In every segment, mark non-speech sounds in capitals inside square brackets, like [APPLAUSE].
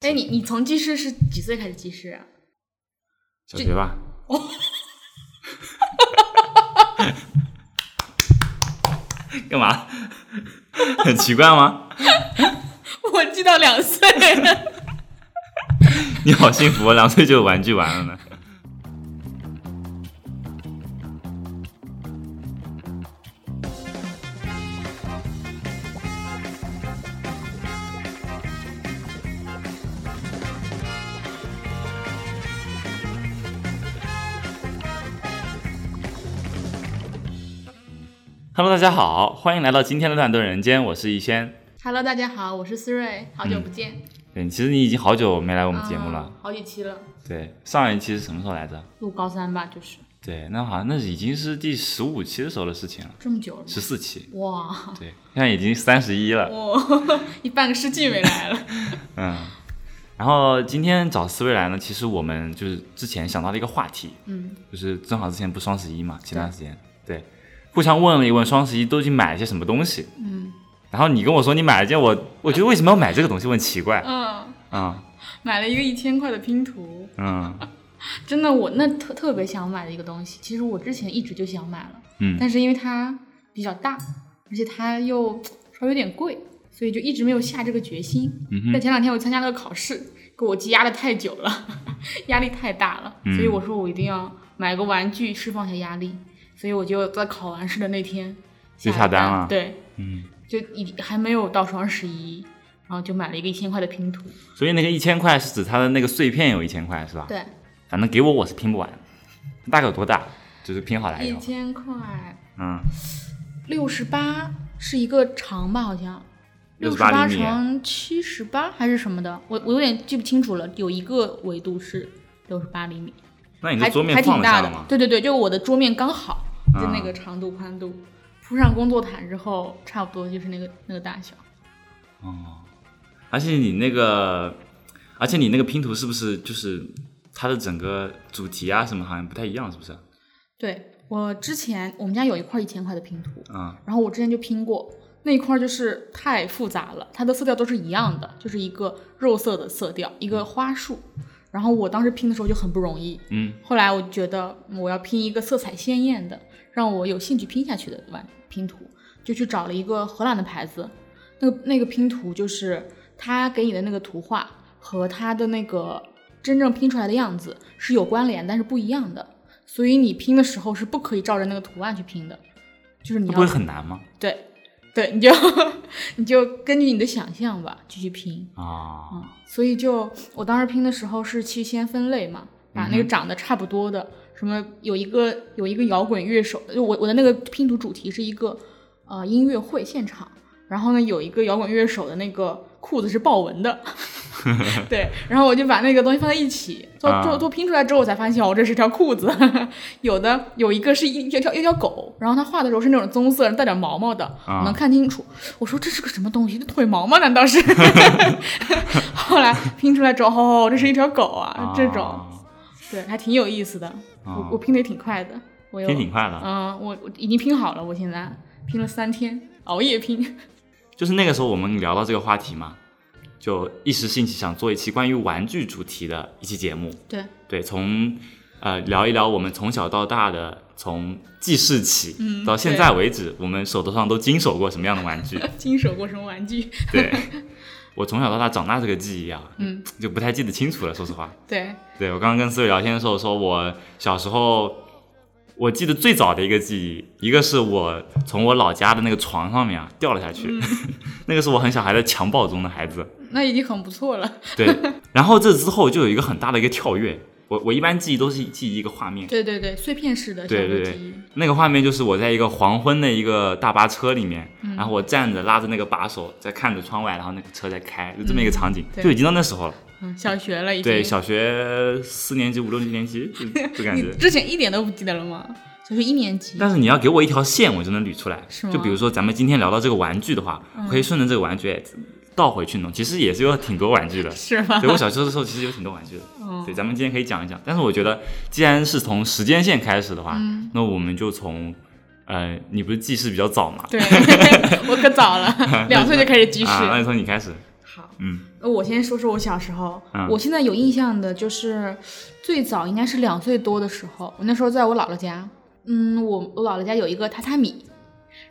哎，你你从记事是几岁开始记事啊？小学吧， [LAUGHS] 干嘛？ [LAUGHS] 很奇怪吗？ [LAUGHS] 我记到两岁。你好幸福，哦两岁就有玩具玩了呢。Hello，大家好，欢迎来到今天的乱炖人间，我是逸轩。 Hello，大家好，我是思睿，好久不见。对，其实你已经好久没来我我们嗯节目了。好几期了，对，上一期是什么时候来着？录高三吧，就是对，那好像那已经是第十五期的时候的事情了，这么久了。十四期。哇，对，现在已经三十一了。我 [LAUGHS] 一半个世纪没来了。嗯，然后今天找思维来呢，其实我们就是之前想到了一个话题，嗯，就是正好之前不双十一嘛，前段时间对，互相问了一问双十一都去买了些什么东西。嗯。然后你跟我说你买了件我，我觉得为什么要买这个东西，我很奇怪。嗯，嗯买了一个一千块的拼图，嗯真的，我那特特别想买的一个东西，其实我之前一直就想买了，嗯，但是因为它比较大，而且它又稍微有点贵，所以就一直没有下这个决心。嗯但哼，前两天我参加了个考试，给我积压的太久了， [LAUGHS] 压力太大了，所以嗯我说我一定要买个玩具释放一下压力，所以我就在考完试的那天就下了单了对，嗯，就已还没有到双十一，然后就买了一个一千块的拼图，所以那个一千块是指它的那个碎片有一千块是吧？对，反正给我我是拼不完，大概有多大，就是拼好来一着。千块嗯，六十八是一个长吧，好像。六十68八厘米乘七十八还是什么的，我我有点记不清楚了。有一个维度是六十八厘米，那你还的桌面还放挺得大下了的吗，？对对对，就我的桌面刚好，就啊那个长度宽度，铺上工作毯之后，差不多就是那个那个大小。哦，而且你那个，而且你那个拼图是不是就是它的整个主题啊什么好像不太一样，是不是？对我之前我们家有一块一千块的拼图，嗯然后我之前就拼过那一块，就是太复杂了，它的色调都是一样的，就是一个肉色的色调，一个花束。然后我当时拼的时候就很不容易，嗯，后来我觉得我要拼一个色彩鲜艳的，让我有兴趣拼下去的玩拼图，就去找了一个荷兰的牌子，那个那个拼图就是它给你的那个图画和它的那个真正拼出来的样子是有关联，但是不一样的，所以你拼的时候是不可以照着那个图案去拼的，就是你那要不会很难吗？对对，你就 [LAUGHS] 你就根据你的想象吧，继续拼。啊、嗯，所以就我当时拼的时候是去先分类嘛，把嗯那个长得差不多的，什么有一个有一个摇滚乐手，就我我的那个拼图主题是一个呃音乐会现场，然后呢有一个摇滚乐手的那个裤子是豹纹的， [LAUGHS] 对，然后我就把那个东西放在一起，做啊做做拼出来之后，我才发现哦，这是条裤子。 [LAUGHS] 有的有一个是一一条一条狗，然后它画的时候是那种棕色，带点毛毛的，啊我能看清楚。我说这是个什么东西？这腿毛吗？难道是？后来拼出来之后，哦，这是一条狗啊，这种，对，还挺有意思的。我我拼的也挺快的，我有啊拼挺快的、嗯，我我已经拼好了，我现在拼了三天，熬夜拼。 [LAUGHS] 就是那个时候我们聊到这个话题嘛，就一时兴起想做一期关于玩具主题的一期节目。对，对，从呃聊一聊我们从小到大的，从记事起、嗯到现在为止，我们手头上都经手过什么样的玩具？经手过什么玩具？ [LAUGHS] 对，我从小到大长大这个记忆啊，嗯，就不太记得清楚了，说实话。对，对我刚刚跟思雨聊天的时候说，我小时候我记得最早的一个记忆，一个是我从我老家的那个床上面啊掉了下去，嗯 [LAUGHS] 那个是我很小还在襁褓中的孩子。那已经很不错了。对，然后这之后就有一个很大的一个跳跃。我我一般记忆都是记忆一个画面，对对对，碎片式的小对时对候对记忆。那个画面就是我在一个黄昏的一个大巴车里面，嗯然后我站着拉着那个把手，在看着窗外，然后那个车在开，就这么一个场景，对就已经到那时候了。嗯，小学了已经。对，小学四年级、五六年级就就感你觉。之前一点都不记得了吗？小学一年级。但是你要给我一条线，我就能捋出来是。吗。就比如说咱们今天聊到这个玩具的话，我可以顺着这个玩具哎倒回去弄，其实也是有挺多玩具 [LAUGHS] 的是吗？对我小时候的时候，其实有挺多玩具的。嗯对，咱们今天可以讲一讲。但是我觉得，既然是从时间线开始的话，嗯那我们就从，呃， [LAUGHS] 你不是记事比较早嘛？ [LAUGHS] 对，我可早了，两岁就开始记事。啊，那就从你开始。好，嗯那我先说说我小时候，嗯我现在有印象的就是最早应该是两岁多的时候，我那时候在我姥姥家，嗯，我我姥姥家有一个榻榻米，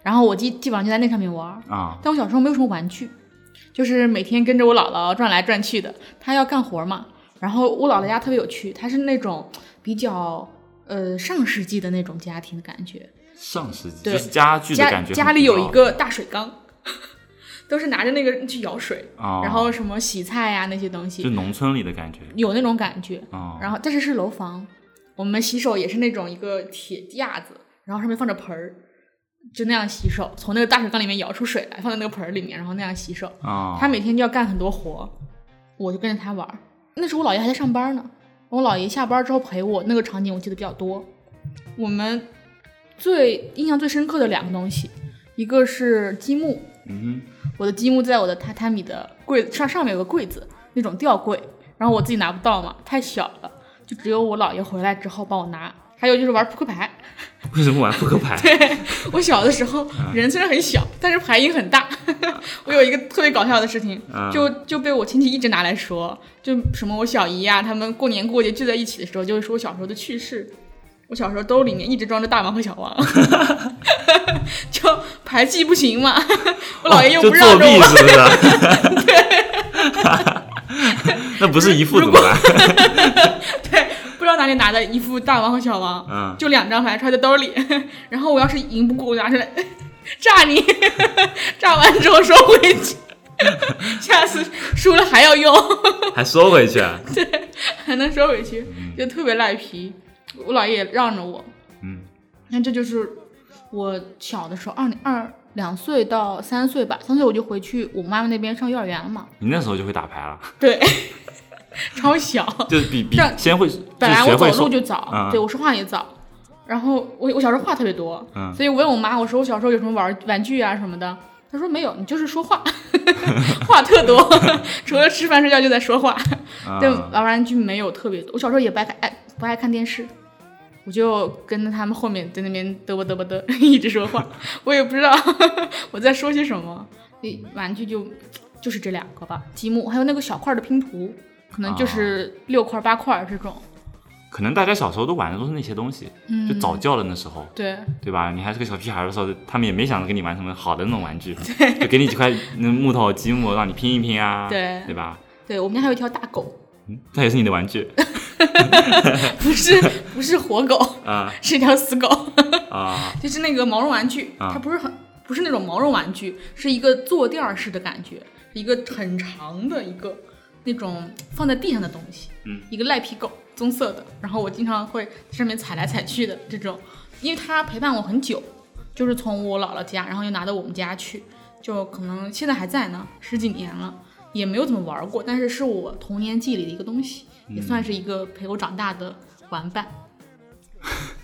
然后我基基本上就在那上面玩儿，啊，但我小时候没有什么玩具，就是每天跟着我姥姥转来转去的，她要干活嘛。然后我姥姥家特别有趣，她是那种比较呃上世纪的那种家庭的感觉，上世纪对就是家具的家感觉很古老，家里有一个大水缸， [LAUGHS] 都是拿着那个去舀水，啊，然后什么洗菜呀、那些东就西，农村里的感觉有那种感觉。啊，然后但是是楼房，我们洗手也是那种一个铁架子，然后上面放着盆儿，就那样洗手，从那个大水缸里面舀出水来，放在那个盆儿里面，然后那样洗手。啊，他每天就要干很多活，我就跟着他玩儿。那时候我姥爷还在上班呢，我姥爷下班之后陪我，那个场景我记得比较多。我们最印象最深刻的两个东西，一个是积木，嗯我的积木在我的榻榻米的柜子上上面有个柜子，那种吊柜，然后我自己拿不到嘛，太小了，就只有我姥爷回来之后帮我拿。还有就是玩扑克牌，哼，为什么玩扑克牌？ [LAUGHS] 我小的时候啊人虽然很小，但是牌瘾很大。 [LAUGHS] 我有一个特别搞笑的事情，啊就就被我亲戚一直拿来说，就什么我小姨啊，他们过年过节聚在一起的时候，就会说我小时候的趣事。我小时候兜里面一直装着大王和小王， [LAUGHS] 就牌技不行嘛， [LAUGHS] 我姥爷又哦就不让作着我弊，是 [LAUGHS] 不是？ [LAUGHS] 那不是一副怎么办？ [LAUGHS] 不知道哪里拿的一副大王和小王，嗯就两张牌揣在兜里， [LAUGHS] 然后我要是赢不过，我就拿出来炸你， [LAUGHS] 炸完之后收回去， [LAUGHS] 下次输了还要用， [LAUGHS] 还收回去啊？还能收回去，就特别赖皮。我姥爷也让着我，嗯，那这就是我小的时候，二零二两岁到三岁吧，三岁我就回去我妈妈那边上幼儿园了嘛，你那时候就会打牌了，对，超小。就比比但先会，就本来学我走会路收就早，嗯对我说话也早，然后我我小时候话特别多，嗯所以我问我妈，我说我小时候有什么玩玩具啊什么的，她说没有，你就是说话， [LAUGHS] 话特多， [LAUGHS] 除了吃饭睡觉就在说话，啊但玩玩具没有特别多。我小时候也不爱看爱不爱看电视，我就跟着他们后面在那边嘚啵嘚啵嘚 [LAUGHS] 一直说话，我也不知道 [LAUGHS] 我在说些什么。所以玩具就就是这两个吧，积木还有那个小块儿的拼图，可啊能就是六块儿八块儿这种。可能大家小时候都玩的都是那些东西，嗯就早教的那时候，对，对吧？你还是个小屁孩的时候，他们也没想着给你玩什么好的那种 [LAUGHS] 玩具，就给你几块那木头、积木让你拼一拼啊，对对吧？对我们家还有一条大狗，嗯这也是你的玩具不是不是活狗，啊是一条死狗，啊 [LAUGHS] 就是那个毛绒玩具，啊它不是很不是那种毛绒玩具，是一个坐垫儿式的感觉，一个很长的一个那种放在地上的东西，嗯，一个赖皮狗，棕色的，然后我经常会上面踩来踩去的这种，因为它陪伴我很久，就是从我姥姥家，然后又拿到我们家去，就可能现在还在呢，十几年了。也没有怎么玩过，但是是我童年记忆里的一个东西，嗯也算是一个陪我长大的玩伴。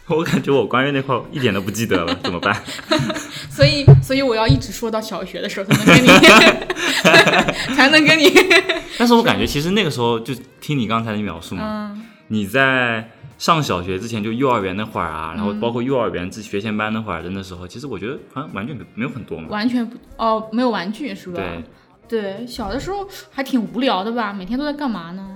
我感觉我关于那块一点都不记得了，怎么办？ [LAUGHS] 所以，所以我要一直说到小学的时候，才能跟你， [LAUGHS] 才能跟你， [LAUGHS] 但是我感觉其实那个时候就听你刚才的描述嘛，嗯你在上小学之前就幼儿园那会儿啊，然嗯后包括幼儿园自学前班那会儿的那时候，其实我觉得好像玩具没有很多嘛， [LAUGHS] 完全不哦，没有玩具是吧？对，对，小的时候还挺无聊的吧，每天都在干嘛呢？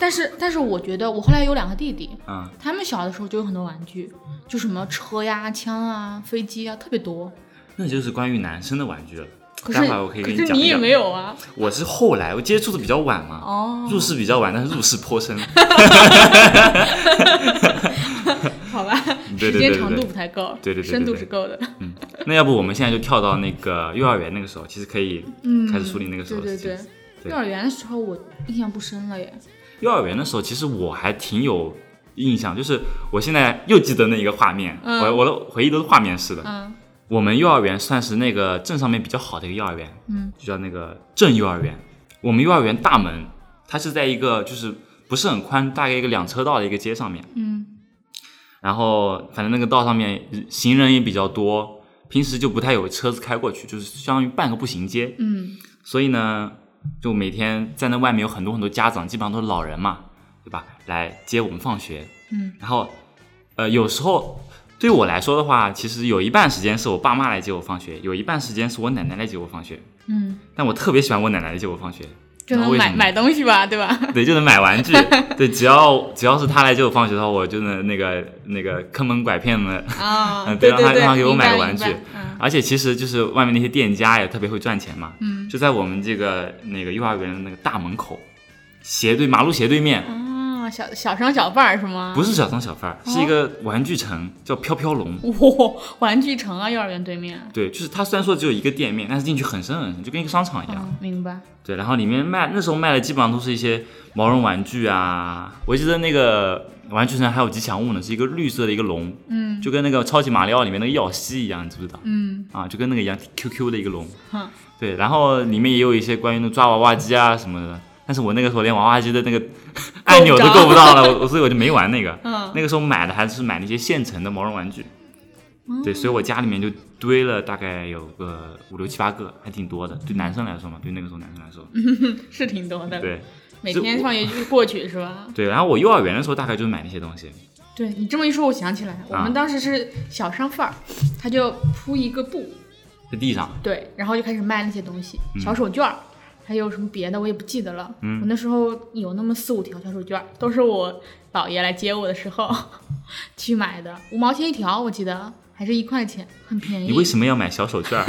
但是，但是我觉得我后来有两个弟弟，啊、他们小的时候就有很多玩具，就什么车呀、枪啊、飞机啊，特别多。那就是关于男生的玩具了。可是，待会儿我可以可给你是讲你一也讲没。有啊。我是后来我接触的比较晚嘛，哦，入世比较晚，但是入世 [LAUGHS] 颇深。好吧， [LAUGHS] 对对对时间长对度对不太够，对对对对深度对是够的。那要不我们现在就跳到那个幼儿园那个时候，其实可以嗯，开始梳理那个时候的对对事情。对，对幼儿园的时候我印象不深了耶。幼儿园的时候，其实我还挺有印象，就是我现在又记得那一个画面，嗯我我的回忆都是画面式的。嗯我们幼儿园算是那个镇上面比较好的一个幼儿园，嗯，就叫那个镇幼儿园。我们幼儿园大门，它是在一个就是不是很宽，大概一个两车道的一个街上面。嗯然后反正那个道上面呃行人也比较多，平时就不太有车子开过去，就是相当于半个步行街。嗯所以呢，就每天在那外面有很多很多家长，基本上都是老人嘛，对吧？来接我们放学。嗯然后，呃，有时候对我来说的话，其实有一半时间是我爸妈来接我放学，有一半时间是我奶奶来接我放学。嗯，但我特别喜欢我奶奶来接我放学，就然后能为什买么买东西吧，对吧？对，就能买玩具。对，只要只要是她来接我放学的话，我就能那个那个坑蒙拐骗的。 [LAUGHS] 啊，嗯对让对他对，让他给我明买白个玩明白具嗯而且其实就是外面那些店家也特别会赚钱嘛。嗯就在我们这个那个幼儿园的那个大门口，斜对马路斜对面，啊，小小商小贩儿是吗？不是，是小商小贩儿，是哦一个玩具城，叫飘飘龙。哇，玩具城啊，幼儿园对面。对，就是它虽然说只有一个店面，但是进去很深很深，就跟一个商场一样。嗯，明白。对，然后里面卖那时候卖的基本上都是一些毛绒玩具啊，我记得那个玩具城还有吉祥物呢，是一个绿色的一个龙，嗯就跟那个超级马里奥里面那个耀西一样，你知不知道？嗯，啊，就跟那个一样 QQ 的一个龙哼。对，然后里面也有一些关于那抓娃娃机啊什么的，但是我那个时候连娃娃机的那个按钮都够不着够不 [LAUGHS] 到了，我我所以我就没玩那个。嗯那个时候买的还是买那些现成的毛绒玩具，嗯对，所以我家里面就堆了大概有个五六七八个，还挺多的。对男生来说嘛，对那个时候男生来嗯说，是挺多的。对每这天我放学就过去是吧？对。然后我幼儿园的时候大概就是买那些东西，对你这么一说，我想起来，啊我们当时是小商贩儿，他就铺一个布，在地上，对，然后就开始卖那些东西，小手绢儿，还有什么别的我也不记得了。嗯我那时候有那么四五条小手绢儿，都是我姥爷来接我的时候 [LAUGHS] 去买的，五毛钱一条，我记得还是一块钱，很便宜。你为什么要买小手 [LAUGHS] 绢儿？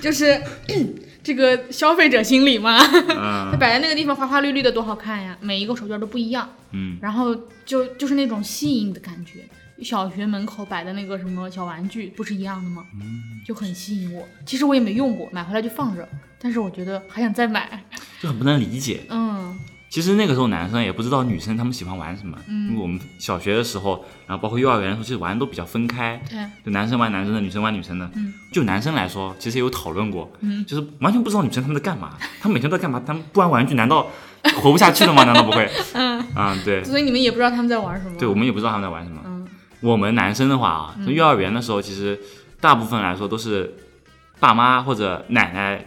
就是 [COUGHS] 这个消费者心理嘛，嗯它摆在那个地方花花绿绿的多好看呀，每一个手绢都不一样，嗯，然后就就是那种吸引的感觉。小学门口摆的那个什么小玩具不是一样的吗？嗯就很吸引我。其实我也没用过，买回来就放着，但是我觉得还想再买。就很不能理解。嗯其实那个时候男生也不知道女生他们喜欢玩什么，嗯因为我们小学的时候，然后包括幼儿园的时候，其实玩的都比较分开，对，就男生玩男生的，女生玩女生的。嗯就男生来说，其实也有讨论过，嗯就是完全不知道女生他们在干嘛，他们每天都在干嘛？他们不玩玩具难道活不下去了吗？难道不会？嗯啊、对 [LAUGHS] 所以你们也不知道他们在玩什么。对，我们也不知道他们在玩什么。嗯我们男生的话啊，从幼儿园的时候，其实大部分来说都是爸妈或者奶奶、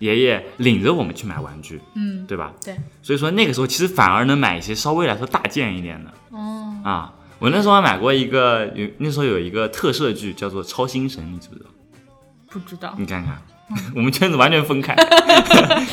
爷爷领着我们去买玩具，嗯，对吧？对。所以说那个时候其实反而能买一些稍微来说大件一点的哦，啊。我那时候还买过一个，有那时候有一个特摄剧叫做《超新神》，你知不知道？不知道，你看看， [LAUGHS] 我们圈子完全 [LAUGHS] 分开，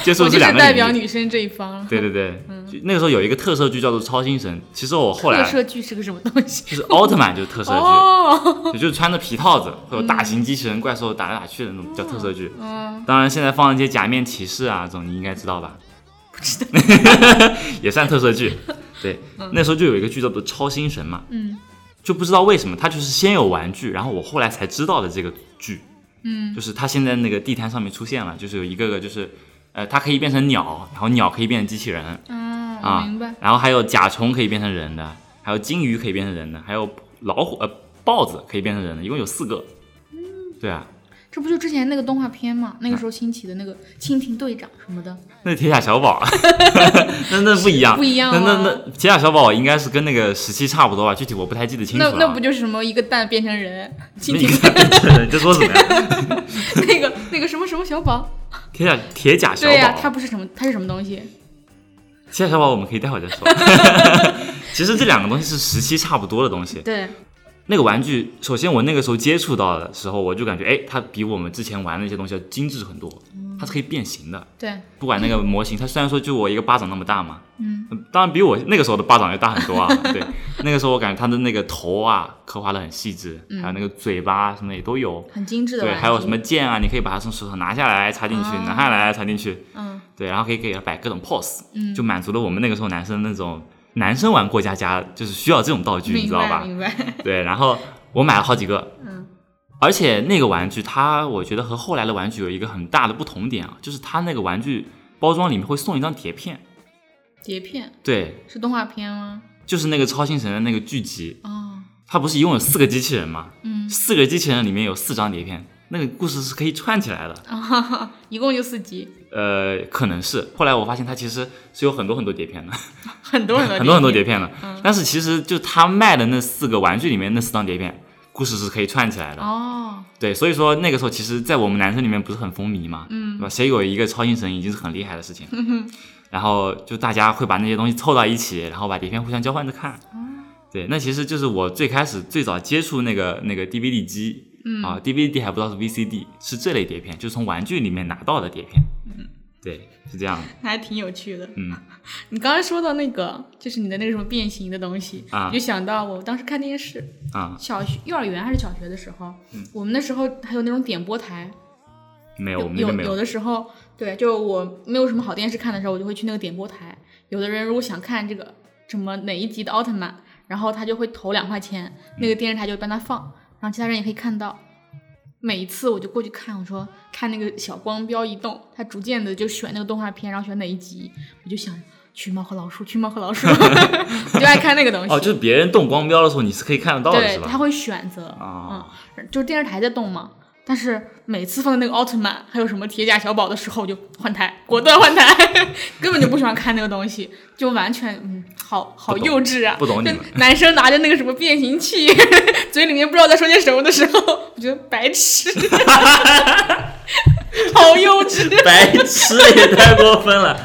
接嗯触我就的是两个代表领域。女生这一方了。对对对，就那个时候有一个特摄剧叫做《超新神》，其实我后特来摄剧是个什么东西？就是奥特曼就是特摄剧，哦，也就是穿着皮套子会有大型机器人、怪兽打来打去的那种叫特摄剧。嗯，当然，现在放一些假面骑士啊这种，你应该知道吧？ [LAUGHS] 不知道。也算特 [LAUGHS] 摄剧。对，那时候就有一个剧叫做《超新神》嘛，嗯就不知道为什么它就是先有玩具，然后我后来才知道的这个剧，嗯就是它现在那个地摊上面出现了，就是有一个个就是，呃，它可以变成鸟，然后鸟可以变成机器人， [LAUGHS] 嗯，啊我明白。然后还有甲虫可以变成人的，还有金鱼可以变成人的，还有老虎呃豹子可以变成人的，一共有四个。对啊，这不就之前那个动画片嘛？那个时候兴起的那个蜻蜓队长什么的，那是铁甲 [LAUGHS] 小宝，啊那那不一样，不一样那那吗那铁甲小宝应该是跟那个时期差不多吧，具体我不太记得清楚那了。那不就是什么一个蛋变成人，蜻那蜓 [LAUGHS] 个变成人，你在说什么呀？那个那个什么什么小 [LAUGHS] 宝？铁甲铁甲小对啊呀、宝，它不是什么，它是什么东西？铁甲小宝我们可以待会儿再 [LAUGHS] 说。其实这两个东西是时期差不多的东西。对，那个玩具，首先我那个时候接触到的时候，我就感觉，哎，它比我们之前玩的那些东西要精致很多，嗯它是可以变形的。对，不管那个模型，它虽然说就我一个巴掌那么大嘛，嗯，当然比我那个时候的巴掌要大很 [LAUGHS] 多啊。对，那个时候我感觉它的那个头啊，刻画的很细致，嗯还有那个嘴巴什么的也都有。很精致的对，玩具。还有什么剑啊，你可以把它从手上拿下来插进去，啊拿下来插进去。嗯对，然后可以给它摆各种 pose，、嗯，就满足了我们那个时候男生那种男生玩过家家就是需要这种道具，你明知道白吧？明白。对，然后我买了好几个，嗯而且那个玩具它，我觉得和后来的玩具有一个很大的不同点啊，就是它那个玩具包装里面会送一张碟片，碟片对，是动画片吗？就是那个超新神的那个剧集，哦，它不是一共有四个机器人吗？嗯四个机器人里面有四张碟片，那个故事是可以串起来的，啊哈哈， [LAUGHS] 一共就四集，呃，可能是后来我发现它其实是有很多很多碟片的，很多很多 [LAUGHS] 很多很多碟碟片的，但是其实就他卖的那四个玩具里面那四张碟片，故事是可以串起来的。哦，对，所以说那个时候，其实，在我们男生里面不是很风靡嘛，嗯，对吧？谁有一个超新神已经是很厉害的 [LAUGHS] 事情，哦然后就大家会把那些东西凑到一起，然后把碟片互相交换着看，对，那其实就是我最开始最早接触那个那个 DVD 机，嗯啊，DVD 还不知道是 VCD，是这类碟片，就是从玩具里面拿到的碟片。嗯，对，是这样的。还挺有趣的。嗯， [LAUGHS] 你刚才说到那个，就是你的那个什么变形的东西，啊我就想到我当时看电视，啊，小学、幼儿园还是小学的时候，嗯我们那时候还有那种点播台，没有，我有们那边没有的时候，对，就我没有什么好电视看的时候，我就会去那个点播台。有的人如果想看这个什么哪一集的奥特曼，然后他就会投两块钱，那嗯个电视台就会帮他放，然后其他人也可以看到。每一次我就过去看，我说看那个小光标移动，他逐渐的就选那个动画片，然后选哪一集，我就想去猫和老鼠，去猫和老鼠， [LAUGHS] 我就爱看那个东西。哦，就是别人动光标的时候，你是可以看得到的，对是，吧？他会选择啊嗯，就是电视台在动嘛。但是每次放的那个奥特曼，还有什么铁甲小宝的时候，我就换台，果断换台， [LAUGHS] 根本就不喜欢看那个东西，就完全嗯，好好不懂幼稚啊！不懂你就 [LAUGHS] 们男生拿着那个什么变形器， [LAUGHS] 嘴里面不知道在说些什么的时候，我觉得白痴， [LAUGHS] 好幼稚， [LAUGHS] 白痴也太过分了。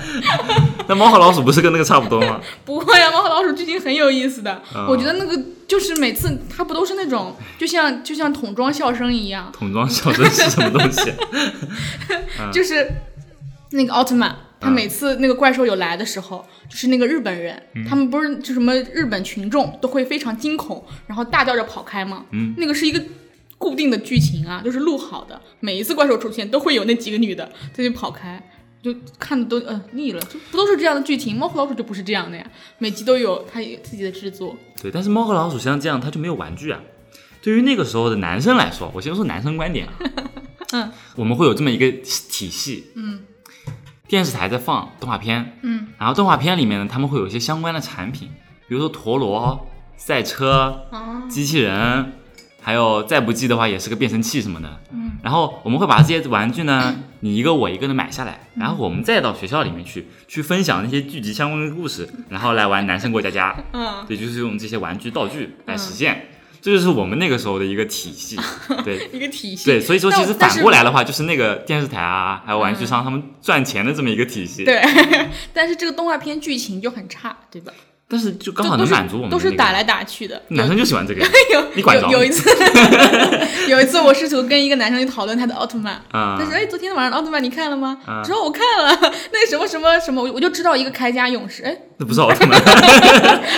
那猫和老鼠不是跟那个差不多吗？不会啊，猫和老鼠剧情很有意思的，啊我觉得那个就是每次它不都是那种，就像就像桶装笑声一样，桶装小镇是什么东西？就是那个奥特曼，他嗯每次那个怪兽有来的时候，就是那个日本人，嗯他们不是就什么日本群众都会非常惊恐，然后大叫着跑开吗？嗯那个是一个。固定的剧情啊，就是录好的，每一次怪兽出现都会有那几个女的在那跑开，就看的都呃腻了，就不都是这样的剧情？猫和老鼠就不是这样的呀，每集都有它自己的制作。对，但是猫和老鼠像这样，它就没有玩具啊。对于那个时候的男生来说，我先说男生观点啊， [LAUGHS] 嗯，我们会有这么一个体系，嗯，电视台在放动画片，嗯然后动画片里面呢，他们会有一些相关的产品，比如说陀螺、赛车、啊，机器人，还有再不济的话也是个变声器什么的。嗯，然后我们会把这些玩具呢，你一个我一个的买下来，嗯然后我们再到学校里面去去分享那些剧集相关的故事，然后来玩男生过家家。嗯，对，就是用这些玩具道具来实现，这就是我们那个时候的一个 [LAUGHS] 体系。对一个体系。对，所以说其实但反我过来的话，就是那个电视台啊，还有玩具商他们赚钱的这么一个体系。，对， [LAUGHS] 但是这个动画片剧情就很差，对吧？但是就刚就好都能是满足我们的都是那个打来打去的。男生就喜欢这个 [LAUGHS] 有你管着有有一 [LAUGHS] 次，有一次我试图跟一个男生去讨论他的奥特曼，啊他说：“哎，昨天晚上奥特曼你看了吗？”啊我说：“哦我看了，那什么什么什么，我我就知道一个铠甲勇士，哎，那不是奥特曼，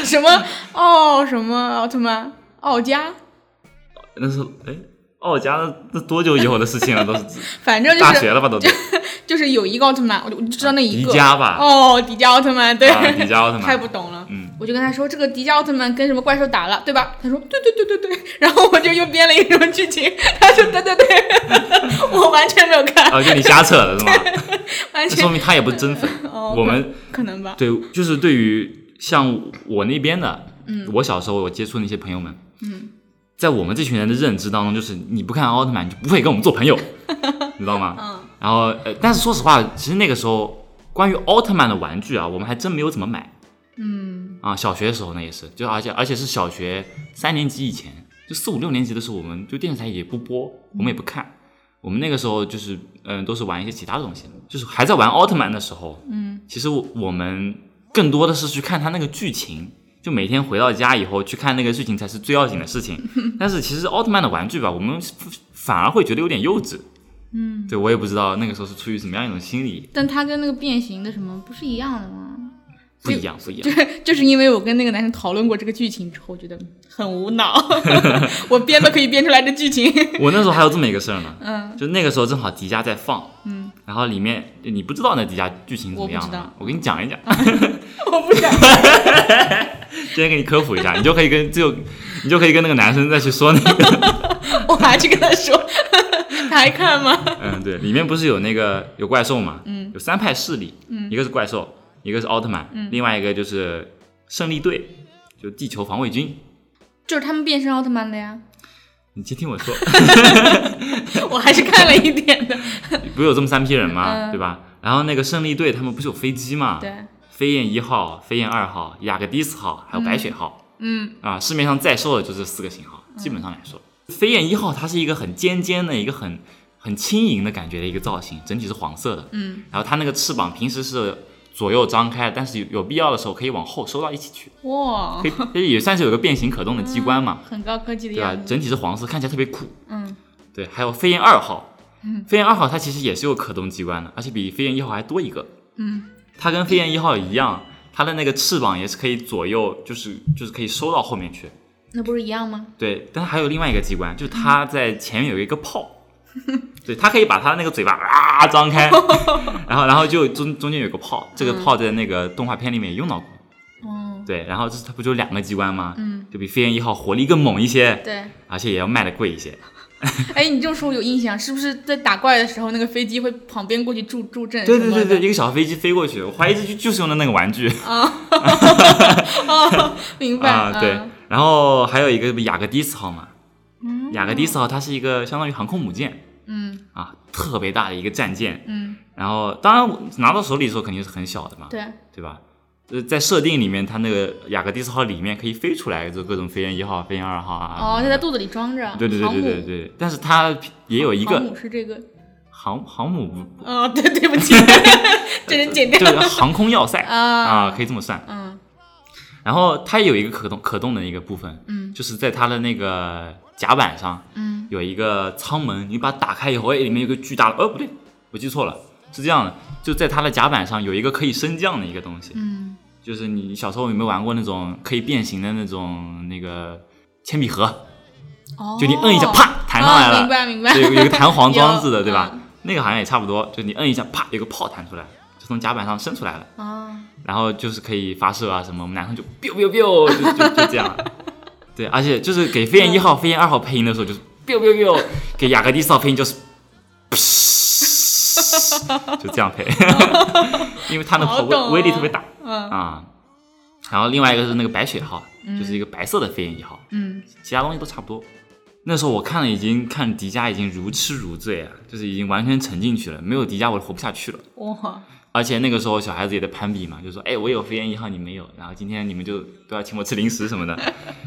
什嗯么哦什么奥特曼奥加，那是哎奥加那那多久以后的事情了？都是反 [LAUGHS] 正就大学是了吧都。就是有一个奥特曼，我就我就知道那一个迪迦吧哦，迪迦奥特曼，对，啊迪迦奥特曼太不懂了。嗯，我就跟他说这个迪迦奥特曼跟什么怪兽打了，对吧？他说对对对对对，然后我就又编了一个什么剧情，他说对对 [LAUGHS] 对，我完全没有看，啊，就你瞎扯了是吗？完这全说明他也不是真粉。 [LAUGHS] 哦，我们可可能吧，对，就是对于像我那边的，嗯，我小时候我接触的那些朋友们，嗯，在我们这群人的认知当中，就是你不看奥特曼，你就不会跟我们做 [LAUGHS] 朋友，你知道吗？嗯，然后，呃，但是说实话，其实那个时候关于奥特曼的玩具啊，我们还真没有怎么买嗯啊。小学的时候呢，也是，就而且而且是小学三年级以前，就四五六年级的时候，我们就电视台也不播，我们也不嗯看。我们那个时候就是，嗯、都是玩一些其他的东西，就是还在玩奥特曼的时候，嗯其实我我们更多的是去看他那个剧情，就每天回到家以后去看那个剧情才是最要紧的 [LAUGHS] 事情。但是其实奥特曼的玩具吧，我们反而会觉得有点幼稚。嗯，对我也不知道那个时候是出于什么样一种心理，但他跟那个变形的什么不是一样的吗？不一样，不一就样。就是因为我跟那个男生讨论过这个剧情之后，我觉得很无 [LAUGHS] 脑，我编都可以编出来的剧情，我那时候还有这么一个事儿呢， [LAUGHS] 嗯就那个时候正好迪迦在放，嗯，然后里面你不知道那迪迦剧情怎么样我不知了道，我给你讲一讲，我不想今天给你科普一下，你就可以跟就你就可以跟那个男生再去说那个，我还去跟他说， [LAUGHS] 他还看吗？嗯，对，里面不是有那个有怪兽嘛，嗯，有三派势力，嗯，一个是怪兽，一个是奥特曼，嗯，另外一个就是胜利队，就地球防卫军。就是他们变身奥特曼的呀，你先听我说， [LAUGHS] [LAUGHS] 我还是看了一点 [LAUGHS] 的。不是有这么三批人嘛，嗯对吧？然后那个胜利队他们不是有飞机嘛，对，飞燕一号、飞燕二号、雅格迪斯号，还有白雪号。嗯啊，市面上在售的就这四个型号，基本上来说，飞燕一号它是一个很尖尖的一个很很轻盈的感觉的一个造型，整体是黄色的。嗯然后它那个翅膀平时是左右张开，但是有有必要的时候可以往后收到一起去，哇可，以可以也算是有个变形可动的机关嘛，很高科技的对啊吧样？子。整体是黄色，看起来特别酷。啊嗯，对，还有飞燕二号，飞燕二号它其实也是有可动机关的，而且比飞燕一号还多一个。嗯，它跟飞燕一号一样，它的那个翅膀也是可以左右，就是就是可以收到后面去。那不是一样吗？对，但是还有另外一个机关，就是嗯它在前面有一个炮， [LAUGHS] 对，它可以把它那个嘴巴啊 [LAUGHS] 张开，然后然后就中中间有个炮，这个炮在那个动画片里面也用到过。嗯哦，对，然后这它不就两个机关吗？嗯，就比飞燕一号火力更猛一些，对。而且也要卖的贵一些。哎，你这么说我有印象，是不是在打怪的时候，那个飞机会旁边过去助助阵？对对对 [LAUGHS] 对，一，个小飞机飞过去，我怀疑这就就是用的那个玩具哦明白 [LAUGHS] 啊、对，然后还有一个雅格迪斯号嘛，嗯雅格迪斯号它是一个相当于航空母舰嗯啊，特别大的一个战舰。嗯，然后当然我拿到手里的时候肯定是很小的嘛，对，对吧？呃，在设定里面，它那个雅格迪斯号里面可以飞出来，就各种飞燕一号、飞燕二号啊。哦，它在肚子里装着，对对对航对母对对，但是它也有一航个母是这个，航航母不，哦，对对不起， [LAUGHS] 这人剪掉就是航空要塞啊啊，可以这么算。嗯然后它有一个可动可动的一个部分，嗯就是在它的那个甲板上嗯有一个舱门，你把它打开以后，哎，里面有个巨大的，哦，不对，我记错了，是这样的，就在它的甲板上有一个可以升降的一个东西，嗯，就是你小时候有没有玩过那种可以变形的那种那个铅笔盒，哦，就你摁一下，啪，弹上来啊了，明白明白，对，有一个弹簧装 [LAUGHS] 置的，有对吧嗯？那个好像也差不多，就你摁一下，啪，有个炮弹出来，就从甲板上升出来了。啊，然后就是可以发射啊什么，我们男生就 biu biu biu 就就就 [LAUGHS] 这样，对，而且就是给飞燕一号、飞燕二号配音的时候就是 biu biu biu，给雅格迪斯号配 [LAUGHS] 音就是噗，就这样 [LAUGHS] 配，因为它的炮好懂哦威威力特别大嗯啊。然后另外一个是那个白雪号，嗯就是一个白色的飞燕一号，嗯其他东西都差不多。那时候我看了已经看迪迦已经如痴如醉啊，就是已经完全沉进去了，没有迪迦我活不下去了。哇，而且那个时候小孩子也在攀比嘛，就说：“哎，我有飞燕一号，你没有，然后今天你们就都要请我吃零食什么的。”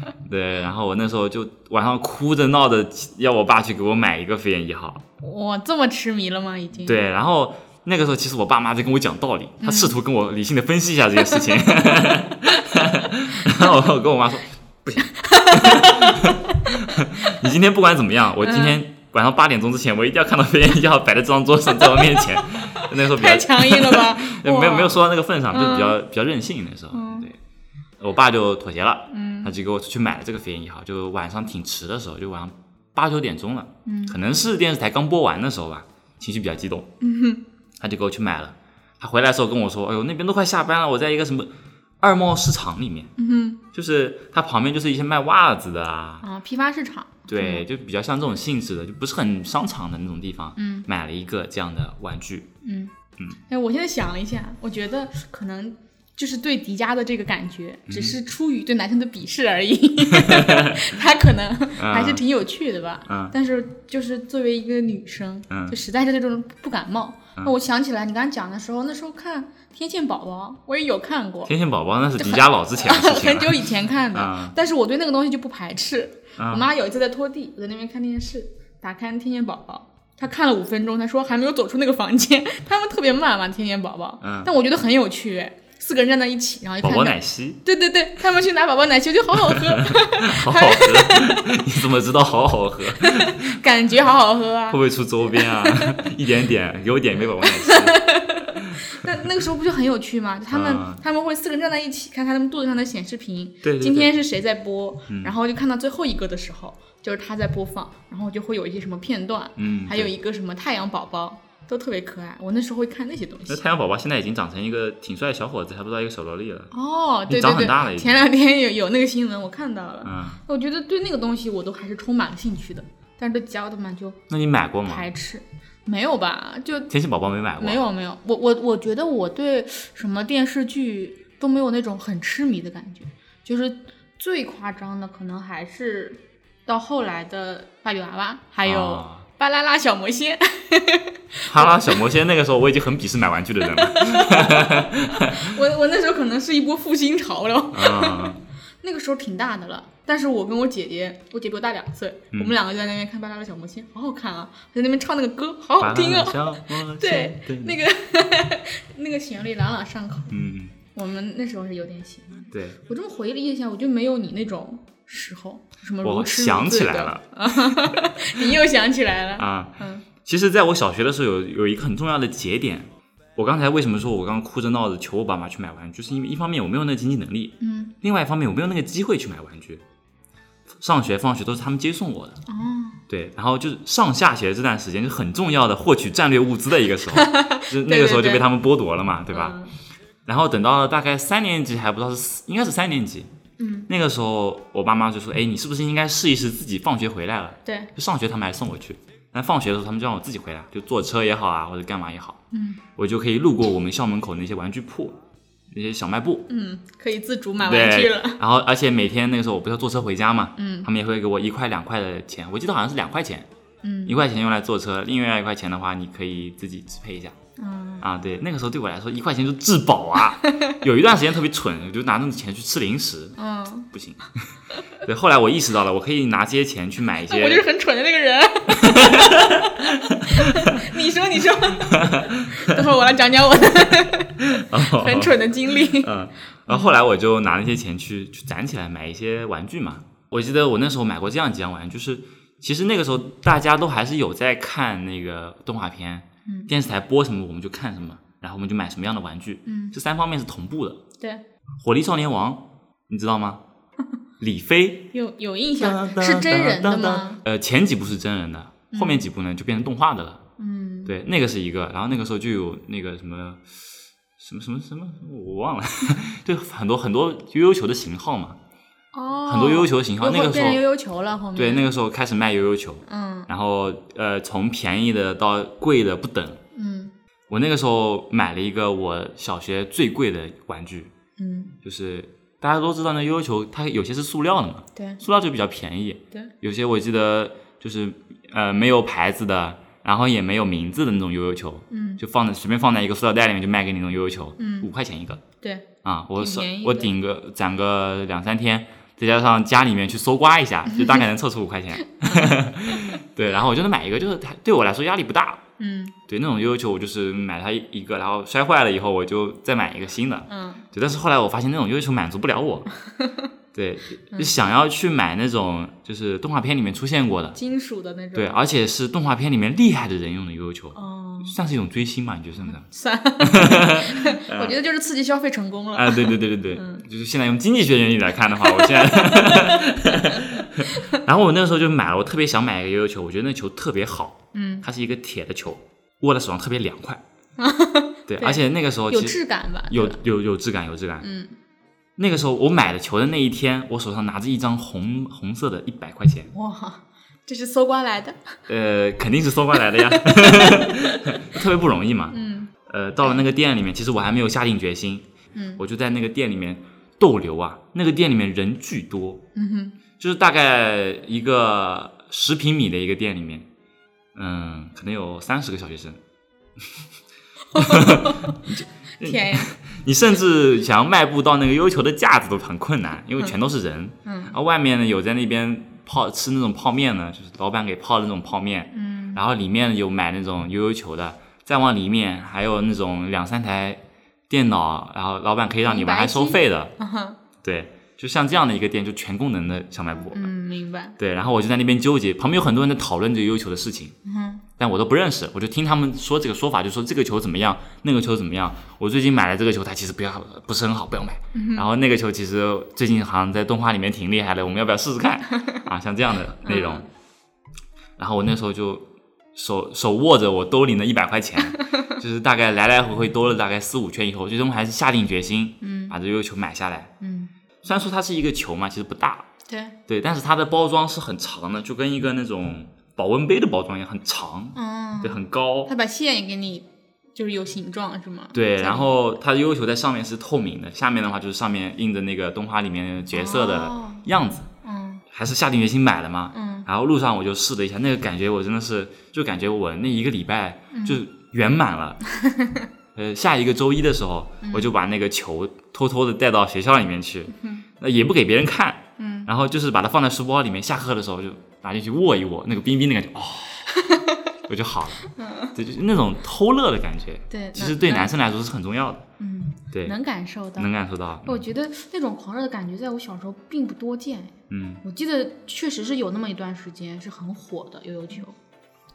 [LAUGHS] 对，然后我那时候就晚上哭着闹着要我爸去给我买一个飞燕一号。我这么痴迷了吗？已经，对，然后那个时候其实我爸妈在跟我讲道理，他试图跟我理性的分析一下这些事情。 [LAUGHS] 然后我跟我妈说：“不 [LAUGHS] 行，你今天不管怎么样，我今天晚上八点钟之前，我一定要看到飞燕一号摆在这张桌上，在我面前。”那时候比较，太强硬了吧 [LAUGHS] 没有没有哇，嗯说到那个份上，就比较、比较任性那时候。对，我爸就妥协了，嗯他就给我出去买了这个飞燕一号，就晚上挺迟的时候，就晚上八九点钟了，嗯可能是电视台刚播完的时候吧，情绪比较激动，嗯他就给我去买了。他回来的时候跟我说：“哎呦，那边都快下班了，我在一个什么二贸市场里面，嗯就是它旁边就是一些卖袜子的啊，啊，批发市场，对，就比较像这种性质的，就不是很商场的那种地方。嗯”买了一个这样的玩具，嗯，哎，我现在想了一下，我觉得可能就是对迪迦的这个感觉，只是出于对男生的鄙视而已。他可能还是挺有趣的吧，嗯但是就是作为一个女生，嗯就实在是对这种不感冒。那我想起来你刚刚讲的时候，那时候看《天线宝宝》，我也有看过，天线宝宝那是迪迦老 [LAUGHS] 之前的事情很了。久以前看的，啊但是我对那个东西就不排斥。我妈有一次在拖地，我在那边看电视，打开《天线宝宝》，她看了五分钟，她说还没有走出那个房间， [LAUGHS] 他们特别慢嘛，《天线宝宝》嗯但我觉得很有趣，哎四个人站在一起，然后就宝看宝着奶昔，对对对，他们去拿宝宝奶昔，我觉得好好 [LAUGHS] 喝，好好喝，你怎么知道好好喝？会感觉好好喝啊不。会出周边啊？一点点，给我点一杯宝宝奶昔。那那个时候不就很有趣吗？他们、啊他们会四个人站在一起，看他们肚子上的显示屏，对嗯对对今天是谁在播，然后就看到最后一个的时候，就是他在播放，然后就会有一些什么片段，嗯，还有对一个什么太阳宝宝，都特别可爱。我那时候会看那些东那西。太阳宝宝现在已经长成一个挺帅的小伙子，还不到一个小萝莉了。哦，对长对很大了已对，经前两天有有那个新闻，我看到了。嗯，我觉得对那个东西我都还是充满了兴趣的，但是对吉奥特曼就那你买过吗？排斥。没有吧？就天线宝宝没买过，没有没有。我我我觉得我对什么电视剧都没有那种很痴迷的感觉，就是最夸张的可能还是到后来的芭比娃娃，还有啊巴啦啦小魔仙。 [LAUGHS] 哈拉小魔仙那个时候我已经很鄙视买玩具的人了。我我那时候可能是一波复兴潮了。啊，那个时候挺大的了。但是我跟我姐姐，我姐比我大两岁，嗯我们两个就在那边看《巴拉的小魔仙》，好好看啊！在那边唱那个歌，好好听啊！对，那个，个 [LAUGHS] 那个旋律朗朗上口，嗯，我们那时候是有点喜欢。对，我这么回忆了一下，我就没有你那种时候，什么如我痴想如醉起来的了，你又想起来了，啊。嗯其实，在我小学的时候有有一个很重要的节点。我刚才为什么说我刚刚哭着闹着求我爸妈去买玩具，就是因为一方面我没有那个经济能力，嗯另外一方面我没有那个机会去买玩具。上学放学都是他们接送我的，哦，对，然后就是上下学这段时间就很重要的获取战略物资的一个时 [LAUGHS] 候，就是那个时候就被他们剥夺了嘛，对吧？嗯？然后等到了大概三年级，还不知道是四应该是三年级，嗯，那个时候我爸妈就说，哎，你是不是应该试一试自己放学回来了？对，就上学他们还送我去，但放学的时候他们就让我自己回来，就坐车也好啊，或者干嘛也好，嗯我就可以路过我们校门口那些玩具铺，那些小卖部，嗯，可以自主买对，玩具了，然后而且每天那个时候我不是要坐车回家嘛，嗯他们也会给我一块两块的钱，我记得好像是两块钱，嗯一块钱用来坐车，另外一块钱的话你可以自己支配一下。嗯啊，对，那个时候对我来说一块钱就质宝 [LAUGHS] 啊，有一段时间特别蠢，我就拿那种钱去吃零食，嗯，不行。 [LAUGHS] 对，后来我意识到了，我可以拿这些钱去买一 [LAUGHS] 我就是些，很蠢的那个 [LAUGHS] 人。你说，你说， [LAUGHS] 等会儿我来讲讲我的很蠢的经历。哦嗯，然后后来我就拿那些钱去去攒起来买一些玩具嘛。我记得我那时候买过这样几样玩具，就是其实那个时候大家都还是有在看那个动画片，嗯电视台播什么我们就看什么，然后我们就买什么样的玩具，嗯，这三方面是同步的。对，火力少年王，你知 [LAUGHS] 道吗？李飞有有印象，是真人的吗？？呃，前几部是真人的，后面几部呢就变成动画的了。嗯，对，那个是一个，然后那个时候就有那个什么什么什么什么，我忘了， [LAUGHS] 对，很多很多悠悠球的型号嘛，哦，很多悠悠球型号，又那会个时变成悠候悠球了，后面对那个时候开始卖悠悠球，嗯然后呃从便宜的到贵的不等，嗯我那个时候买了一个我小学最贵的玩具，嗯，就是大家都知道那悠悠球它有些是塑料的嘛，对塑料就比较便宜，对，有些我记得就是呃没有牌子的，然后也没有名字的那种悠悠球，嗯就放在随便放在一个塑料袋里面就卖给你那种悠悠球，嗯五块钱一个对，啊，我挺少便宜我的顶个攒个两三天，再加上家里面去搜刮一 [LAUGHS] 下，就大概能凑出五块钱， [LAUGHS] 对，然后我就能买一个，就是它对我来说压力不大。嗯对那种悠悠球，我就是买它一个，然后摔坏了以后，我就再买一个新的。嗯对，但是后来我发现那种悠悠球满足不 [LAUGHS] 了我，对，就想要去买那种就是动画片里面出现过的，金属的那种，对，而且是动画片里面厉害的人用的悠悠球，哦，算是一种追星嘛？你觉得是不是？算， [LAUGHS] 我觉得就是刺激消费成功了。啊，对对对对对，嗯就是现在用经济学原理来看的话，我现在， [LAUGHS] [LAUGHS] 然后我那个时候就买了，我特别想买一个悠悠球，我觉得那球特别好，嗯，它是一个铁的球，握在手上特别凉 [LAUGHS] 快，对，而且那个时候有其实质感吧？有对吧有有质感，有质感。嗯那个时候我买了球的那一天，我手上拿着一张红红色的一百块钱，哇，这是搜刮来的。呃，肯定是搜刮来 [LAUGHS] 的呀，特别不容易嘛。嗯呃，到了那个店里面，其实我还没有下定决心，嗯我就在那个店里面逗留啊。那个店里面人巨多，嗯哼就是大概一个十平米的一个店里面，嗯，可能有三十个小学生。，嗯天呀，你甚至想要迈步到那个悠悠球的架子都很困难，因为全都是人。嗯啊，外面呢有在那边泡吃那种泡面呢，就是老板给泡的那种泡面，嗯然后里面有买那种悠悠球的，再往里面还有那种两三台电脑，然后老板可以让你明玩白还收费的，啊哈对，就像这样的一个店，就全功能的小卖部。嗯，明白。对，然后我就在那边纠结，旁边有很多人在讨论这个悠悠球的事情，嗯哼但我都不认识，我就听他们说这个说法，就说这个球怎么样，那个球怎么样。我最近买了这个球，它其实不要不是很好，不要买。嗯然后那个球其实最近好像在动画里面挺厉害的，我们要不要试 [LAUGHS] 试看啊？像这样的嗯内容。然后我那时候就手手握着我兜里那一百 [LAUGHS] 块钱，就是大概来来回回兜了大概四五圈以后，最终还是下定决心，嗯把这悠悠球买下来。嗯，虽然说它是一个球嘛，其实不大，对，对，但是它的包装是很长的，就跟一个那种保温杯的包装一样，很长，嗯对，，很高。他把线也给你，就是有形状是吗？对，在然后它的悠悠球在上面是透明的，下面的话就是上面印着那个动画里面角色的哦样子，嗯还是下定决心买了嘛。嗯然后路上我就试了一下，那个感觉我真的是，就感觉我那一个礼拜嗯就圆满 [LAUGHS] 了。嗯呃，下一个周一的时候，我就把那个球偷偷的带到学校里面去，那也不给别人看，嗯，然后就是把它放在书包里面，下课的时候就拿进去握一握，那个冰冰的感 [LAUGHS] 觉，哦，我就好了，嗯对，就是那种偷乐的感觉，对，其能实对能男生来说是很重要的，嗯对，能感受到。能感受到，我觉得那种狂热的感觉，在我小时候并不多见。嗯我记得确实是有那么一段时间是很火的悠悠球，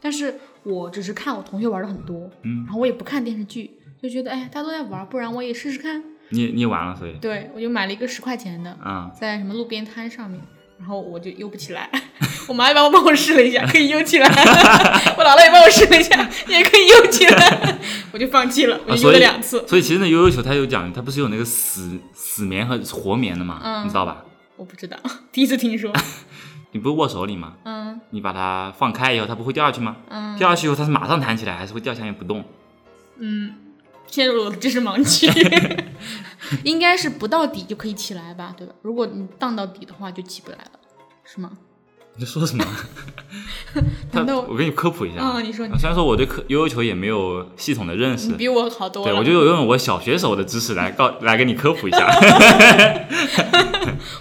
但是我只是看我同学玩的很多，嗯，然后我也不看电视剧，就觉得哎大家都在玩，不然我也试试看。你你也玩了，所以，对我就买了一个十块钱的，嗯，在什么路边摊上面，然后我就悠不起来。 [LAUGHS] 我妈也帮我帮我试了一下，可以悠起 [LAUGHS] 来。我姥姥也帮我试了一下，也可以悠起来， [LAUGHS] 我就放弃了，我啊就所悠了以两次。所以其实那悠悠球它有讲，它不是有那个死死棉和活棉的嘛，嗯你知道吧？我不知道，第一次听说。你不是握手里吗？嗯你把它放开以后，它不会掉下去吗？嗯掉下去以后，它是马上弹起来，还是会掉下面不动？嗯，陷入了我的知识盲 [LAUGHS] 区。 [LAUGHS] 应该是不到底就可以起来吧，对吧？如果你荡到底的话，就起不来了，是吗？你在说什么？它 [LAUGHS] 难道我给你科普一下啊，嗯你说你虽然说我对科悠悠球也没有系统的认识你，比我好多对了。我就用我小学时候的知识来告 [LAUGHS] 来给你科普 [LAUGHS] 一下。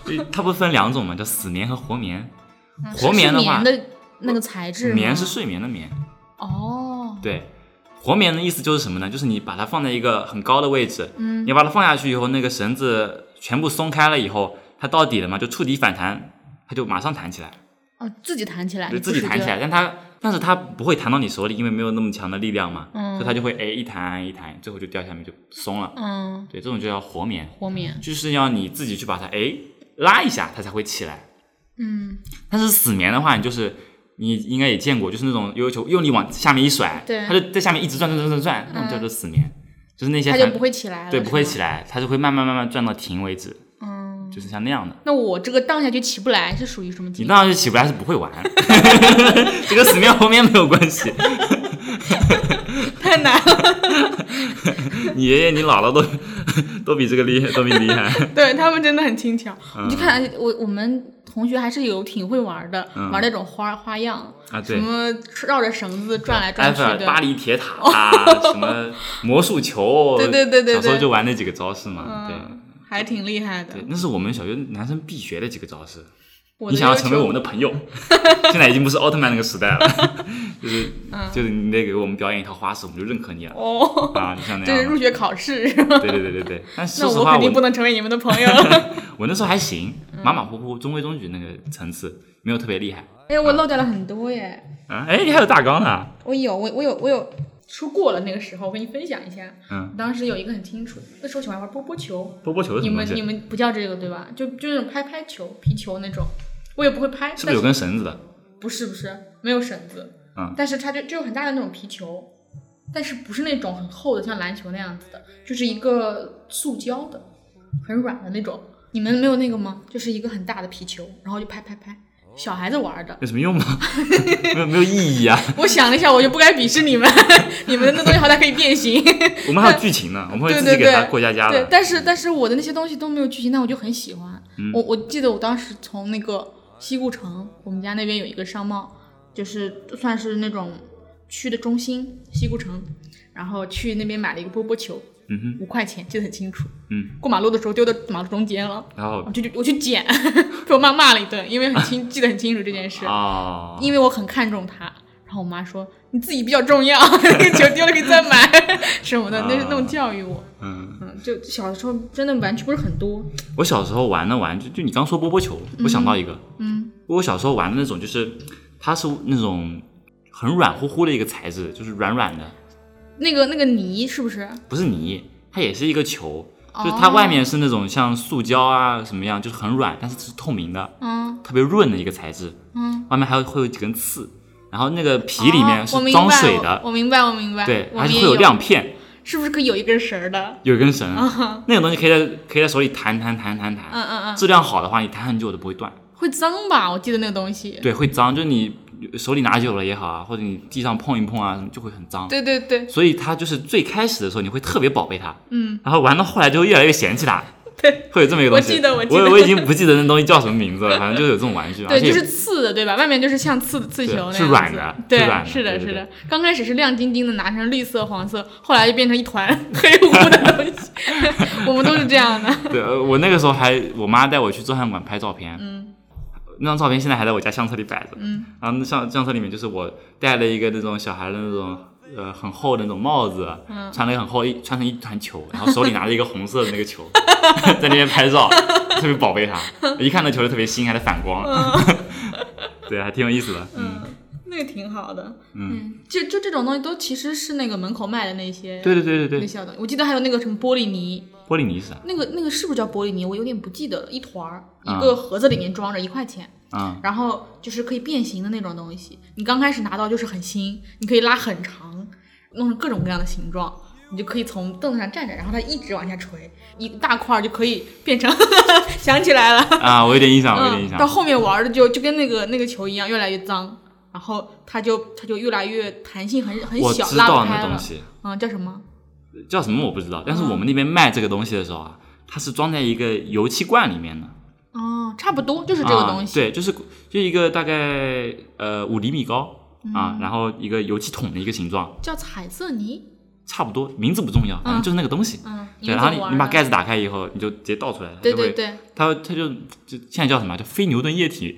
就它不分两种嘛，叫死棉和活棉。嗯活棉是的话棉的那个材质吗，棉是睡眠的棉，哦，对。活棉的意思就是什么呢？就是你把它放在一个很高的位置，嗯你把它放下去以后，那个绳子全部松开了以后，它到底了嘛，就触底反弹，它就马上弹起来，哦，自己弹起来，就你不自己使弹起劲来，儿。但它但是它不会弹到你手里，因为没有那么强的力量嘛，嗯所以它就会哎一弹一弹，最后就掉下面就松了。嗯，对，这种就叫活棉，活棉，就是要你自己去把它哎拉一下，它才会起来。嗯，但是死棉的话，你就是你应该也见过，就是那种悠悠球用力往下面一甩，对嗯它就在下面一直转转转转转，那种叫做死棉，就是那些它就很不会起来了，对不会起来。来，它就会慢慢慢慢转到停为止，嗯，就是像那样的。那我这个荡下去起不来是属于什么你情况？当然是起不来，是不 [LAUGHS] 会玩，这跟死面活面没有关系。太难了， [LAUGHS] 你爷爷、你姥姥都 [LAUGHS] 都比这个厉害，都比你厉害。对他们真的很轻巧。嗯你就看我我们同学还是有挺会玩的，嗯玩那种花花样啊什对么绕着绳子转来埃转去菲尔的，哦巴黎铁塔啊，[LAUGHS] 什么魔术球，对对对对对小时候就玩那几个招式嘛。嗯，还挺厉害的对对。，那是我们小学男生必学的几个招式。我你的想要要求成为我们的朋友，现在已经不是奥特曼那个时代 [LAUGHS] 了，就是就是你得给我们表演一套花式，我们就认可你了嗯哦，啊！你像那这是样入吗，学考试是吧？对对对对对。但说那实我话，肯我定不嗯能成为你们的朋友 [LAUGHS] 了。我那时候还行，马马虎虎，中规中矩那个层次，没有特别厉害哎，我漏掉了很多耶。啊。哎，你还有大纲呢？我有，我我有，我有出过了那个时候，我跟你分享一下。嗯，当时有一个很清楚，那时候喜欢玩波波球，波波球是你什么们东你西？们不叫这个对吧？就就那种拍拍球、皮球那种，我也不会拍，是不但是有根 [LAUGHS] 绳子的？不是不是没有绳子，嗯但是它就就有很大的那种皮球，但是不是那种很厚的像篮球那样子的，就是一个塑胶的，很软的那种。你们没有那个吗？就是一个很大的皮球，然后就拍拍拍，小孩子玩的。有什么用吗？ [LAUGHS] 没有没有意义啊！我想了一下，我就不该鄙视你们， [LAUGHS] 你们的那东西好歹可以变形。我们还有剧情呢，我们会自己给它过家家对，的。但是但是我的那些东西都没有剧情，但我就很喜欢。嗯我我记得我当时从那个西固城，我们家那边有一个商贸，就是算是那种区的中心西固城，然后去那边买了一个波波球，嗯哼，五块钱，记得很清楚。嗯，过马路的时候丢到马路中间了，然后我就我去捡， [LAUGHS] 被我妈骂了一顿，因为很 [LAUGHS] 清记得很清楚这件事，啊，因为我很看重它。然后我妈说你自己比较重要， [LAUGHS] 那个球丢了可以再买 [LAUGHS] 什么的，那是那种教育我。嗯，嗯，就小时候真的玩具不是很多，我小时候玩的玩具，就你刚说波波球，我想到一个，嗯，我小时候玩的那种，就是它是那种很软乎乎的一个材质，就是软软的，那个那个泥是不是？嗯不是泥，它也是一个球，哦就是它外面是那种像塑胶啊什么样，就是很软，但是是透明的，嗯特别润的一个材质，嗯，外面还会有几根刺，然后那个皮里面哦是装水的，我明白我我明白，我明白，对，我还们是也会有亮片，是不是可以有一根绳儿的？有一根绳，哈那个东西可以在可以在手里弹弹弹弹弹，嗯嗯嗯，质量好的话，你弹很久都不会断。会脏吧？我记得那个东西，对，会脏，就是你手里拿久了也好啊，或者你地上碰一碰啊，就会很脏。对对对，所以它就是最开始的时候你会特别宝贝它，嗯，然后玩到后来就会越来越嫌弃它，对，会有这么一个东西。我记得我我记得我已经不记得那东西叫什么名字了，反正就是有这种玩具，而对，且就是刺的，对吧？外面就是像刺刺球那样是子，是软的对，是软的是对的，对是对的。刚开始是亮晶晶的，拿成绿色、黄色，后来就变成一团 [LAUGHS] 黑乎乎的东西。 [LAUGHS] 我们都是这样的， [LAUGHS] 对，呃我那个时候还我妈带我去做饭馆拍照片，嗯，那张照片现在还在我家相册里摆着，嗯，然后那相相册里面就是我戴了一个那种小孩的那种。呃，很厚的那种帽子，嗯穿了一个很厚一穿成一团球，然后手里拿着一个红色的那 [LAUGHS] 个球，在那边拍照，特别宝贝它。一看那球就特别新，还在反光，嗯 [LAUGHS] 对，还挺有意思的。嗯， [LAUGHS] 那个挺好的。嗯，就就这种东西都其实是那个门口卖的那些对对对对那对，些小东西。我记得还有那个什么玻璃泥，玻璃泥是啥？那个那个是不是叫玻璃泥？我有点不记得了，一团儿，啊一个盒子里面装着一块钱。啊、然后就是可以变形的那种东西。你刚开始拿到就是很新，你可以拉很长，弄成各种各样的形状，你就可以从凳子上站着，然后它一直往下垂，一大块儿就可以变成。 [LAUGHS] 想起来了，啊，我有点印象，我有点印嗯，象。到后面玩的就就跟那个那个球一样，越来越脏，然后它就它就越来越弹性很很我小，知拉道不那开东了。西，嗯，叫什么？叫什么我不知嗯道，但是我们那边卖这个东西的时候啊，它是装在一个油漆罐里面的，哦，差不多就是这个啊东西。对，就是就一个大概呃五厘米高嗯啊，然后一个油漆桶的一个形状，叫彩色泥。差不多，名字不重要，反正就是那个东西。嗯，对，们然怎么后你玩你把的盖子打开以后，你就直接倒出来，它对就对会，对，它它就就现在叫什么？叫非牛顿 [LAUGHS] 液体？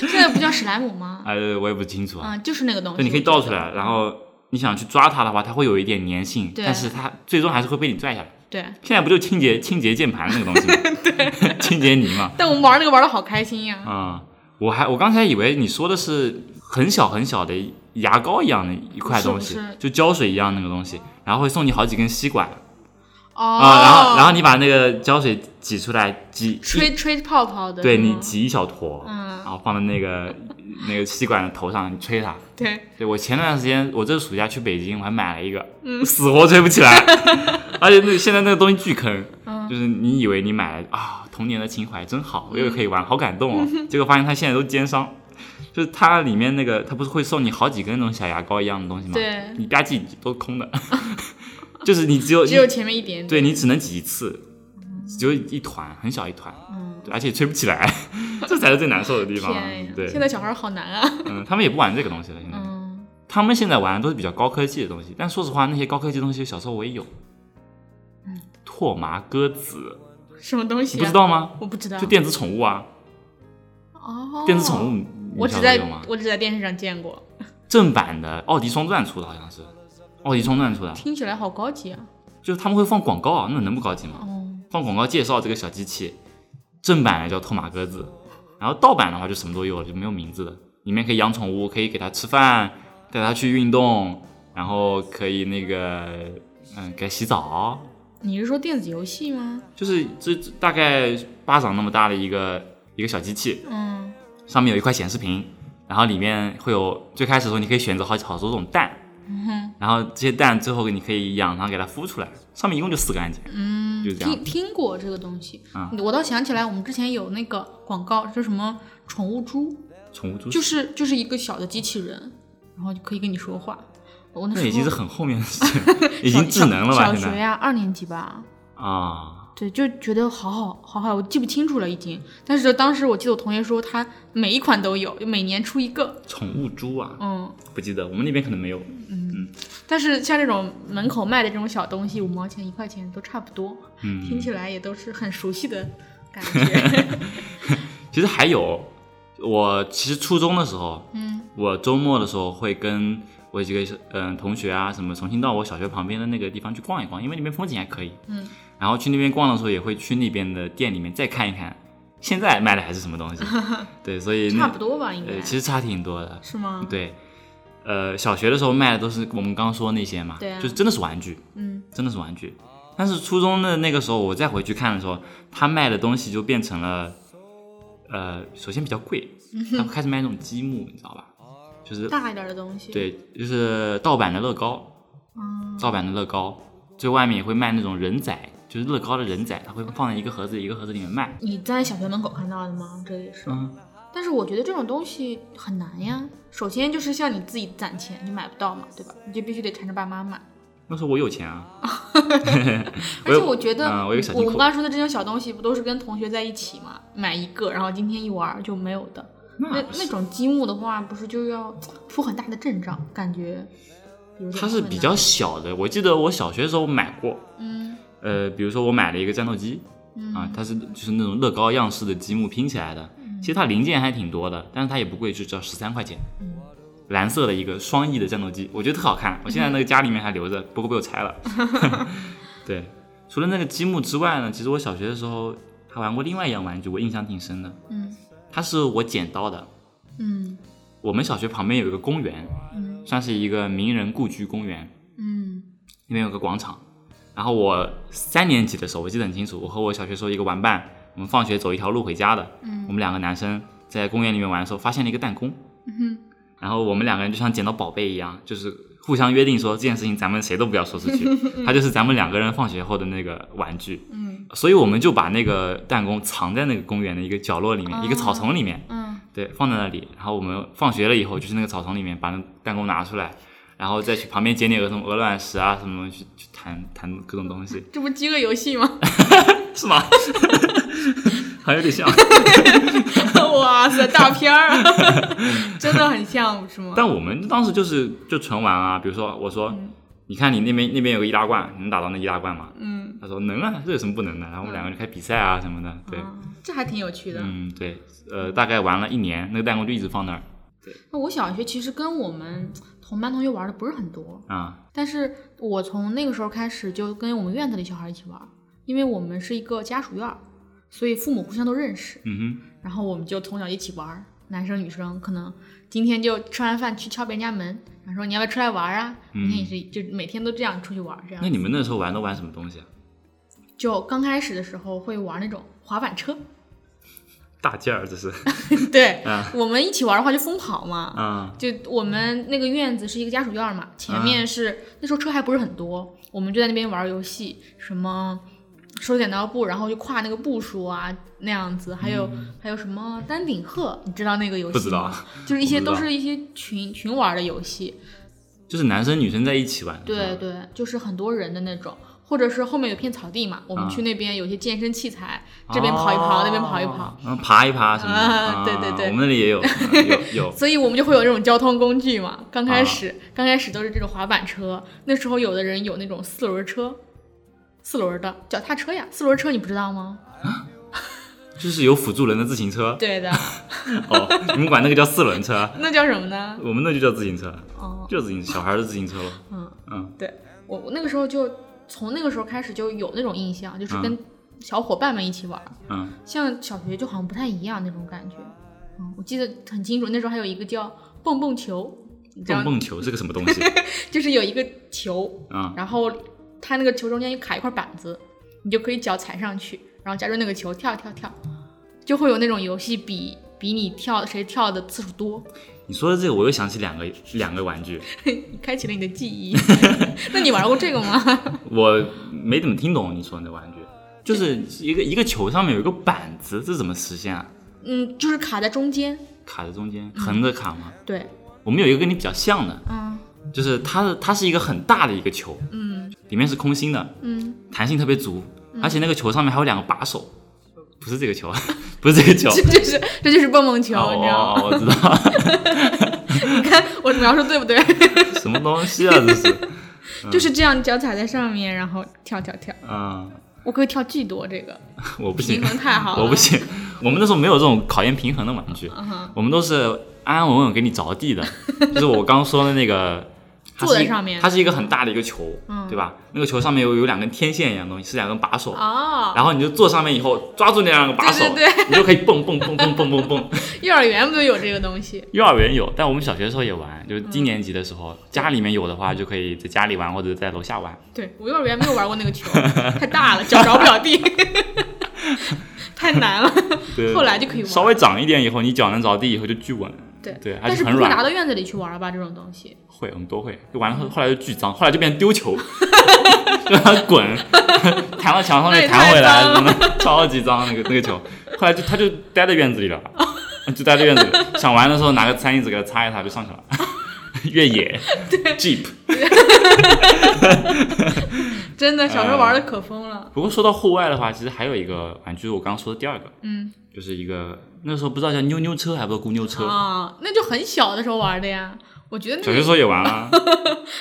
现在不叫史莱姆 [LAUGHS] 吗？呃，我也不清楚啊。嗯，就是那个东西。对，你可以倒出来，然后你想去抓它的话，它会有一点粘性，对但是它最终还是会被你拽下来。对，现在不就清洁清洁键盘那个东 [LAUGHS] 西吗？对， [LAUGHS] 清洁泥嘛。但我们玩那个玩的好开心呀！啊、我还我刚才以为你说的是很小很小的牙膏一样的一块东西，不是不是就胶水一样那个东西，然后会送你好几根吸管哦，啊、然后然后你把那个胶水挤出来，挤一，吹吹泡泡的，对是你吗挤一小坨，嗯然后放到那个那个吸管的头上，你吹它。对，对我前段时间我这暑假去北京，我还买了一个，嗯 [LAUGHS] 死活吹不起 [LAUGHS] 来，而且那现在那个东西巨坑，嗯就是你以为你买了啊，童年的情怀真好，我又可以嗯玩，好感动哦， [LAUGHS] 结果发现它现在都奸商。就是它里面那个，它不是会送你好几根那种小牙膏一样的东西吗？对你吧唧都空的， [LAUGHS] 就是你只有 [LAUGHS] 只有前面一点点。你对你只能挤一次，只有一团，很小一团，嗯对而且吹不起来， [LAUGHS] 这才是最难受的地方。天呀，对，现在小孩儿好难 [LAUGHS] 啊！嗯，他们也不玩这个东西了，现在。嗯，他们现在玩的都是比较高科技的东西，但说实话，那些高科技的东西小时候我也有。嗯拓麻鸽子，什么东西？啊你不知？道吗？我不知道就。电子宠物啊，哦，电子宠物，你我只小时候在有吗？我只在电视上见过，正版的奥迪双钻出的，好像是，奥迪双钻出的，听起来好高级啊！就是他们会放广告啊，那能不高级吗？哦，放广告介绍这个小机器，正版的叫拓马鸽子，然后盗版的话就什么都有了，就没有名字的。里面可以养宠物，可以给它吃饭，带它去运动，然后可以那个，嗯，给它洗澡，你是说电子游戏吗？就是这这大概巴掌那么大的一个一个小机器，嗯上面有一块显示屏，然后里面会有最开始的时候你可以选择好好多种蛋，嗯然后这些蛋最后你可以养，然后给它孵出来，上面一共就四个按键，嗯，就这样听听过这个东西啊，我倒想起来，我们之前有那个广告，叫什么宠物猪，宠物猪就是就是一个小的机器人，然后就可以跟你说话。我那时那候已经是很后面的事情了，已经智能了吧？小现学在呀、二年级吧，啊，对，就觉得好好好好，我记不清楚了已经。但是当时我记得我同学说他每一款都有，就每年出一个，宠物猪啊，嗯。不记得，我们那边可能没有。但是像这种门口卖的这种小东西，五毛钱一块钱都差不多，听嗯，起来也都是很熟悉的 [LAUGHS] 感觉。其实还有，我其实初中的时候，嗯我周末的时候会跟我几个嗯、同学啊什么，重新到我小学旁边的那个地方去逛一逛，因为那边风景还可以。嗯，然后去那边逛的时候，也会去那边的店里面再看一看，现在卖的还是什 [LAUGHS] 么东西。对，所以差那不多吧，应该呃其实差挺多的。是吗？对，呃，小学的时候卖的都是我们刚刚说那些嘛，对啊就是真的是玩具。嗯，真的是玩具。但是初中的那个时候，我再回去看的时候，他卖的东西就变成了，呃，首先比较贵，他开始卖那种积木，你知道吧？就是大一点的东西。，呃对，就是盗版的乐高，盗版的乐高，最外面也会卖那种人仔，就是乐高的人仔，它会放在一个盒子一个盒子里面卖。你在小学门口看到的吗？这也是。嗯，但是我觉得这种东西很难呀。首先就是像你自己攒钱，你买不到嘛，对吧？你就必须得缠着爸妈买。那时候我有钱啊，而且有我觉得，嗯我有个小我金们库刚才说的这种小东西，不都是跟同学在一起嘛，买一个，然后今天一玩就没有的。那不那是种积木的话，不是就要出很大的阵仗，感觉有点它是困比难较小的。我记得我小学的时候买过，嗯呃，比如说我买了一个战斗机嗯啊，它是就是那种乐高样式的积木拼起来的，其实它零件还挺多的，但是它也不贵，就只要十三块钱。嗯蓝色的一个双翼的战斗机，我觉得特好看，我现在那个家里面还留着，不过被我拆了。 [LAUGHS] 对，除了那个积木之外呢，其实我小学的时候还玩过另外一样玩具，我印象挺深的，嗯它是我捡到的。嗯我们小学旁边有一个公园，嗯算是一个名人故居公园，嗯那边有个广场。然后我三年级的时候，我记得很清楚，我和我小学时候一个玩伴，我们放学走一条路回家的。我嗯们两个男生在公园里面玩的时候，发现了一个弹弓，嗯然后我们两个人就像捡到宝贝一样，就是互相约定说这件事情咱们谁都不要说出 [LAUGHS] 去，它就是咱们两个人放学后的那个玩具。嗯所以我们就把那个弹弓藏在那个公园的一个角落里哦面，一个草丛里面。嗯对，放在那里。然后我们放学了以后，就去那个草丛里面把那弹弓拿出来，然后再去旁边捡点儿什么鹅卵石啊什么去去弹弹各种东西，这不饥饿游戏吗？ [LAUGHS] 是吗？ [LAUGHS] 还有点像，哇塞，大片儿啊， [LAUGHS] 真的很像是吗？但我们当时就是就纯玩啊，比如说我说，你看你那边那边有个易拉罐，你能打到那易拉罐吗？嗯，他说能啊，这有什么不能的？然后我们两个人就开比赛啊什么的，对，啊这还挺有趣的。嗯对，呃，大概玩了一年，那个弹弓就一直放那儿那我小学其实跟我们同班同学玩的不是很多，啊，但是我从那个时候开始就跟我们院子里小孩一起玩，因为我们是一个家属院儿，所以父母互相都认识，嗯哼，然后我们就从小一起玩儿，男生女生可能今天就吃完饭去敲别人家门，然后说你要不要出来玩儿啊？嗯明天也是就每天都这样出去玩儿，这那样你们那时候玩都玩什么东西啊？就刚开始的时候会玩那种滑板车， [LAUGHS] 大件儿这是对、啊我们一起玩儿的话就疯跑嘛，啊，就我们那个院子是一个家属院儿嘛，前面是、那时候车还不是很多，我们就在那边玩儿游戏，什么手剪刀布，然后就跨那个步数啊那样子，还有、还有什么丹顶鹤，你知道那个游戏吗？嗯不知道，啊就是一些我不知都道是一些群群玩儿的游戏，就是男生女生在一起玩，是对吧，对，就是很多人的那种。或者是后面有片草地嘛，我们啊哦去那边有一些健身器材，这边跑一跑，那边跑一跑，，然后爬一爬什么的，啊对对对我们那里也有嗯有有， [LAUGHS] 所以我们就会有这种交通工具嘛。刚开啊始，刚开始都是这种滑板车，那时候有的人有那种四轮车，四轮的脚踏车呀，四轮车你不知道吗？就是有辅助轮的自行车，对的，哦，你们管那个叫四轮车， [LAUGHS] 那叫什么呢？我们那就叫自行车，哦，就自行小孩儿的自行车喽，嗯，嗯我我那个时候就从那个时候开始就有那种印象，就是嗯跟小伙伴们一起玩儿，嗯，像小学就好像不太一样那种感觉。嗯，我记得很清楚，那时候还有一个叫蹦蹦球，你知道蹦，蹦球是个什么东 [LAUGHS] 西就是有一个球，啊？然后它那个球中间卡一块板子，你就可以脚踩上去，然后夹住那个球跳跳跳，就会有那种游戏比比你跳谁跳的次数多，你说的这个，我又想起两个两个玩具，你开启了你的记忆。 [LAUGHS] 那你玩过这个吗？ [LAUGHS] 我没怎么听懂你说的那玩具，就是一个一个球上面有一个板子，这怎么实现啊？嗯，就是卡在中间。卡在中嗯间，横着卡吗？对， [LAUGHS] 我们有一个跟你比较像的，嗯就是它的它是一个很大的一个球，嗯里面是空心的，嗯，弹性特别足，而且那个球上面还有两个把手，不是这个球， [LAUGHS] 不是这个球。这就是这就是蹦蹦球，哦你知道吗？哦，我知道你看 [LAUGHS] 我描述对不对？什么东西啊，这 [LAUGHS] 是，就是这样，脚踩在上面，然后跳跳跳。嗯，我可以跳巨多，这个我不行平，衡太好了。我不行，我们那时候没有这种考验平衡的玩具，嗯哼，我们都是安安稳稳给你 [LAUGHS] 着地的，就是我刚说的那个，它是坐在一上面它是一个很大的一个球，嗯对吧？那个球上面有有两根天线一样的东西，是两根把手，哦，然后你就坐上面以后抓住那两个把手，对对你就可以蹦蹦蹦蹦蹦蹦 [LAUGHS] 蹦。幼儿园不就有这个东西？幼儿园有，但我们小学的时候也玩，就是低年级的时候，家里面有的话就可以在家里玩或者在楼下玩。对我幼儿园没有玩过那个球，太大了，脚着不了地， [LAUGHS] 太难了。对，后来就可以玩，稍微长一点以后，你脚能着地以后就巨稳。对对而且但是不很会软拿到院子里去玩了吧？这种东西，会，我们 [LAUGHS] 都会。就完了后，后来就巨脏，后来就变成丢 [LAUGHS] 球，让它滚， [LAUGHS] 弹到墙上那面也弹回来，太什脏么的超级脏那个那个球。后来就他就 [LAUGHS] 待在院子里了，就待在院子里，想玩的时候拿个餐巾纸给它擦一擦就上去了。 [LAUGHS] [LAUGHS] 越野 Jeep。真的小时候嗯玩的可疯了。不过说到户外的话，其实还有一个玩具，我刚刚说的第二个，嗯就是一个那时候不知道叫妞妞车，还不是公牛车，啊，那就很小的时候玩的呀。我觉得小学时那候也 [LAUGHS] 玩啊，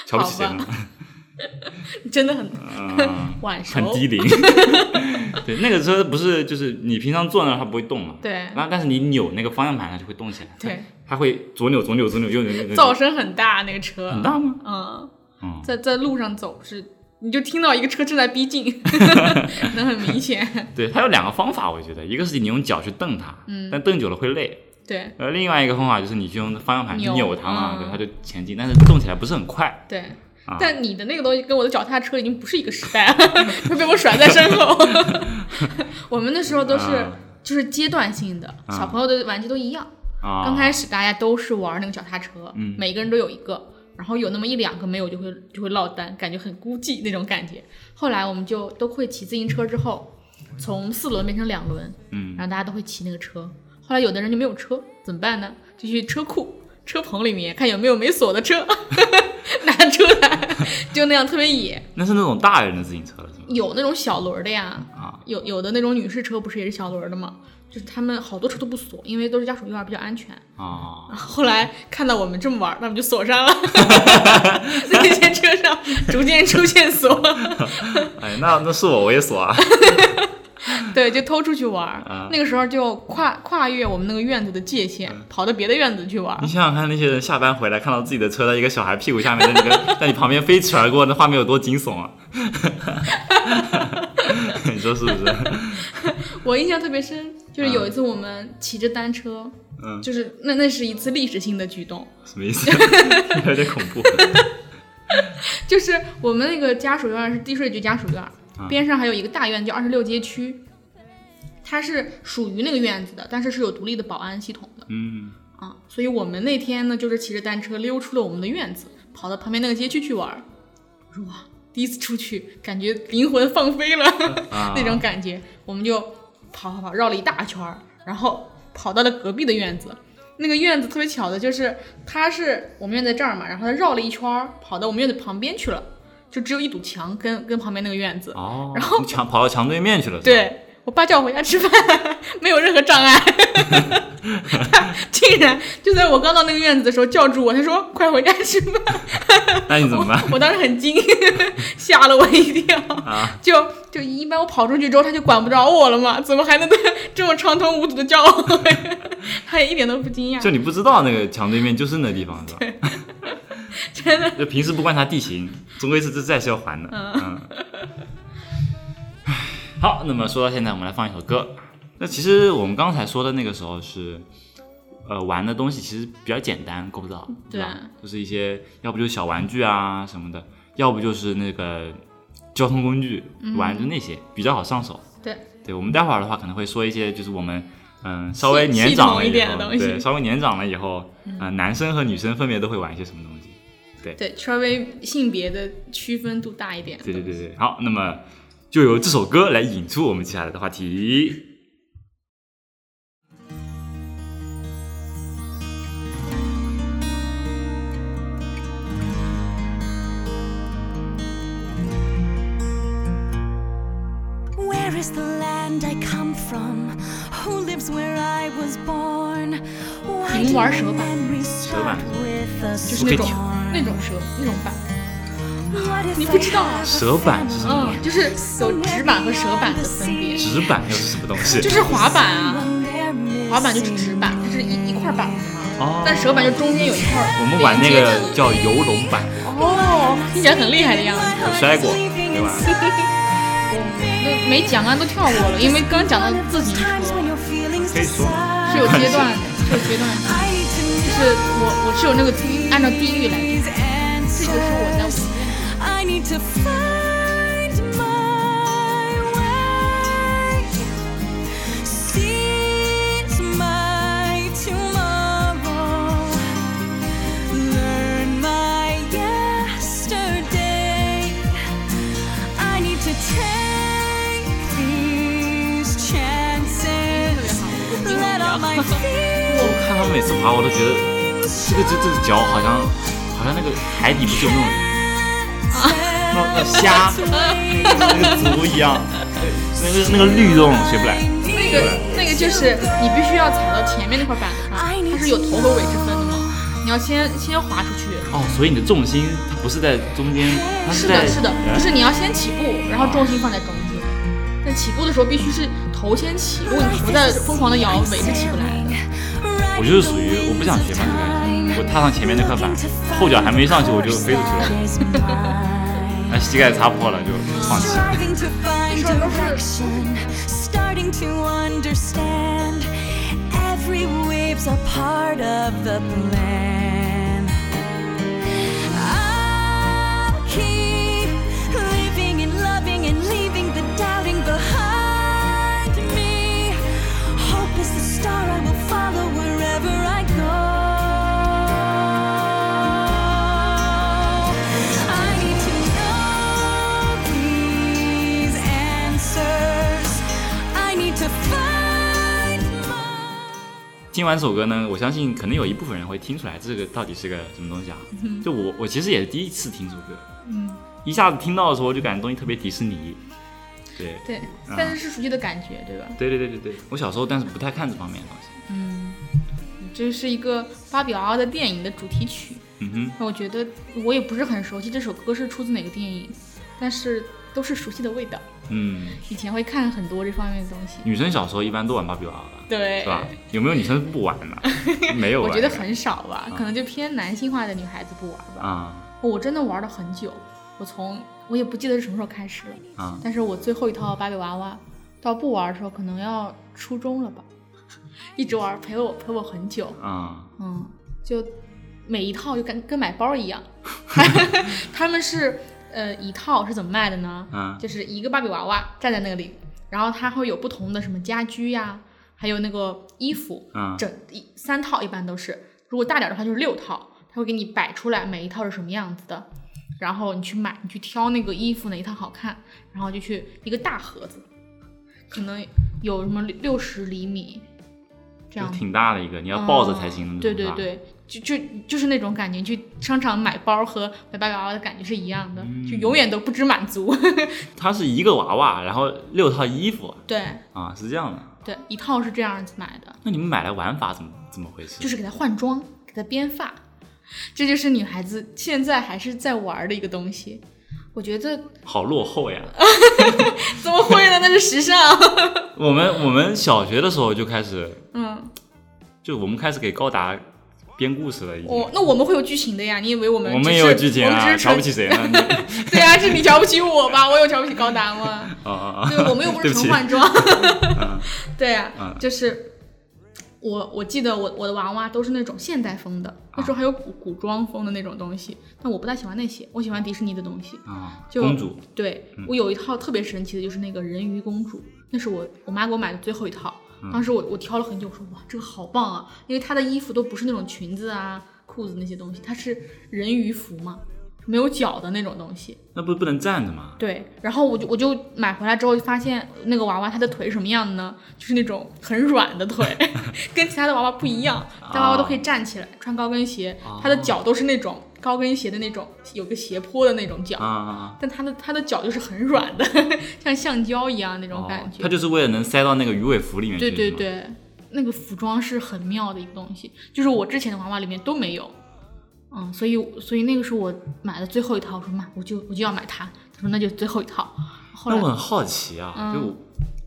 瞧不起谁啊好呢？个真的很嗯，晚熟， [LAUGHS] 很低龄。 [LAUGHS] 对，那个车不是就是你平常坐那儿它不会动嘛？对那但是你扭那个方向盘，它就会动起来。对，它会左扭左扭左扭右扭右扭。噪声很大那个车，很大吗？ [LAUGHS] 嗯，嗯，在在路上走是，你就听到一个车正在逼近， [LAUGHS] 能很明显。 [LAUGHS] 对，它有两个方法，我觉得，一个是你用脚去蹬它，嗯但蹬久了会累。对呃，另外一个方法就是你去用方向盘去扭扭它嘛，嗯对，它就前进，但是动起来不是很快。对啊。但你的那个东西跟我的脚踏车已经不是一个时代了， [LAUGHS] 会被我甩在身 [LAUGHS] 后。 [LAUGHS] 我们那时候都是啊就是阶段性的，小朋友的玩具都一样。啊，刚开始大家都是玩那个脚踏车，嗯每个人都有一个，然后有那么一两个没有就会就会落单，感觉很孤寂那种感觉。后来我们就都会骑自行车之后，从四轮变成两轮，嗯，然后大家都会骑那个车。后来有的人就没有车，怎么办呢？就去车库、车棚里面看有没有没锁的车， [LAUGHS] 拿出来，就那样特别野。那是那种大人的自行车了，是吗？有那种小轮儿的呀，啊，有有的那种女士车不是也是小轮儿的吗？就是他们好多车都不锁，因为都是家属院儿比较安全。啊，后来看到我们这么玩儿，他们就锁 [LAUGHS] 上了。那些车上逐渐出现锁，哎，那那是我，我也锁啊。 [LAUGHS] 对，就偷出去玩儿。啊嗯那个时候就跨跨越我们那个院子的界限，跑到别的院子去玩儿你。想想看，那些人下班回来看到自己的车在一个小孩屁股下面，在 [LAUGHS] 你个在你旁边飞驰而过，那画面有多惊悚啊！你说是不是？我印象特别深，就是有一次我们骑着单车，嗯，就是那那是一次历史性的举动，什么 [LAUGHS] 意思？有点恐怖。就是我们那个家属院是地税局家属院，嗯边上还有一个大院叫二十六街区，它是属于那个院子的，但是是有独立的保安系统的。嗯，啊，所以我们那天呢，就是骑着单车溜出了我们的院子，跑到旁边那个街区去玩儿。我说哇，第一次出去，感觉灵魂放飞了、啊那种感觉。我们就跑跑跑，绕了一大圈儿，然后跑到了隔壁的院子。那个院子特别巧的就是，它是我们院在这儿嘛，然后它绕了一圈儿，跑到我们院子旁边去了，就只有一堵墙跟跟旁边那个院子。哦，然后你墙跑到墙对面去了，是吧，对我爸叫我回家吃饭， [LAUGHS] 没有任何障碍。他竟然就在我刚到那个院子的时候叫住我，他说：“快回家吃饭。那你怎么办我”我当时很惊， [LAUGHS] 吓了我一跳。啊？就就一般我跑出去之后，他就管不着我了嘛，怎么还能这么畅通无阻的叫我？ [LAUGHS] 他也一点都不惊就讶，你不知道那个墙对面就是那地方，是吧？ [LAUGHS] 真的。就平时不观察地形，终归是这债是要还的。嗯。好，那么说到现在，我们来放一首歌。那其实我们刚才说的那个时候是，呃，玩的东西其实比较简单，够不到，对啊吧？就是一些，要不就是小玩具啊什么的，要不就是那个交通工具，玩就那些比较好上手。嗯对，对，我们待会儿的话可能会说一些，就是我们嗯、稍微年系长统了一以点后的，东西对，稍微年长了以后，嗯、男生和女生分别都会玩一些什么东西。对，稍微性别的区分度大一点。对对对嗯对，好，那么就由这首歌来引出我们接下来的话题。 Where is the land I come from? Who lives where I was born? Why Can you do wash your back? memories start with a 就是那种那种蛇那种板，你不知道啊蛇板是什么？嗯，就是有直板和蛇板的分别。直板又是什么东 [LAUGHS] 西就？是滑板啊，滑板就是直板，它是一一块板子嘛。哦但蛇板就中间有一块儿。我们玩那个叫游龙板，哦，听起来很厉害的样子。我摔过，对吧？那没讲啊完都跳过了，因为刚讲到自己是可以说有阶段的，是有阶段的。就是我我是有那个地按照地域来的，这个是我在我 I need to find my way. Seize my tomorrow. Learn my yesterday. I need to take these chances. Let all my 我看他们每次滑，我都觉得 feelings 这个这这个脚好像好像那个海底不是有那种那那 Step 虾 away 那个足一样，那个那个绿这种学不来。那个那个就是你必须要踩到前面那块板子上，它是有头和尾之分的嘛。你要先先滑出去，哦，所以你的重心它不是在中间，它是在哎的，是的，嗯就是你要先起步，然后重心放在中间。但起步的时候必须是头先起，如果你头在疯狂的摇，尾是起不来的。我就是属于我不想学嘛这个，我踏上前面那块板，后脚还没上去我就飞出去了，那膝盖擦破了就放弃。 Striving to find direction, starting to understand. Every wave's a part of the plan. I'll keep living and loving and leaving the doubting behind me. Hope is the star I will follow wherever I go. I need to know these answers. I need to find my. 听完这首歌呢，我相信可能有一部分人会听出来这个到底是个什么东西啊。就我我其实也是第一次听这首歌，嗯，一下子听到的时候我就感觉东西特别迪士尼。对对，但是是熟悉的感觉，对吧？对对对对对，我小时候但是不太看这方面的东西。嗯，这是一个芭比娃娃的电影的主题曲。嗯哼，那我觉得我也不是很熟悉这首歌是出自哪个电影，但是都是熟悉的味道。嗯，以前会看很多这方面的东西，女生小时候一般都玩芭比娃娃吧，对，嗯是吧？有没有女生不 [LAUGHS] 玩的？没有我玩觉的，得很少嗯吧，可能就偏男性化的女孩子不玩吧。啊我真的玩了很久，我从我也不记得是什么时候开始了，啊，但是我最后一套芭比娃娃到不玩的时候，可能要初中了吧，一直玩陪我陪我很久，啊，嗯，就每一套就跟跟买包一样，他们是呃一套是怎么卖的呢？嗯就是一个芭比娃娃站在那里，然后它会有不同的什么家居呀，还有那个衣服，嗯整一三套一般都是，如果大点儿的话就是六套，它会给你摆出来每一套是什么样子的。然后你去买，你去挑那个衣服哪一套好看，然后就去一个大盒子，可能有什么六十厘米这就样子挺大的一个，你要抱着才哦行。对对那种大，对，就就就是那种感觉，去商场买包和买芭比娃娃的感觉是一样的，嗯就永远都不知满 [LAUGHS] 足。它是一个娃娃，然后六套衣服对啊，是这样的。对，一套是这样子买的，那你们买来玩法怎么怎么回事？就是给它换装，给它编发，这就是女孩子现在还是在玩儿的一个东西。我觉 [LAUGHS] 得好落后呀！怎么会呢？那是时尚。我们 [LAUGHS] 我们小学的时候就开始，嗯，就我们开始给高达编故事了，已经。我那我们会有剧情的呀。你以为我们我只们也是有剧情我们只啊，是瞧不纯起谁呢？ [LAUGHS] 你 [LAUGHS] 对啊，是你瞧不起我吧？我有瞧不起高达吗？ [LAUGHS] 啊啊啊！对，我们又不对是不纯起 [LAUGHS] 换装。对呀、嗯就是我我记得我我的娃娃都是那种现代风的，那时候还有古古装风的那种东西，但我不太喜欢那些，我喜欢迪士尼的东西。啊，就公主对、我有一套特别神奇的，就是那个人鱼公主，那是我我妈给我买的最后一套。当时我我挑了很久，我说哇这个好棒啊，因为她的衣服都不是那种裙子啊、裤子那些东西，它是人鱼服嘛，没有脚的那种东西。那不不能站着吗？对，然后我就我就买回来之后，就发现那个娃娃它的腿什么样的呢？就是那种很软的腿， [LAUGHS] 跟其他的娃娃不一样，大娃娃都可以站起来，穿高跟鞋，它的脚都是那种高跟鞋的那种有个斜坡的那种脚，啊啊啊！但它的它的脚就是很软的，像橡胶一样那种感哦觉。它就是为了能塞到那个鱼尾服里面对去。对是吗，对，那个服装是很妙的一个东西，就是我之前的娃娃里面都没有。嗯，所以所以那个是我买的最后一套，我说妈，我就我就要买它。他说那就最后一套。后那来嗯我很好奇啊，就我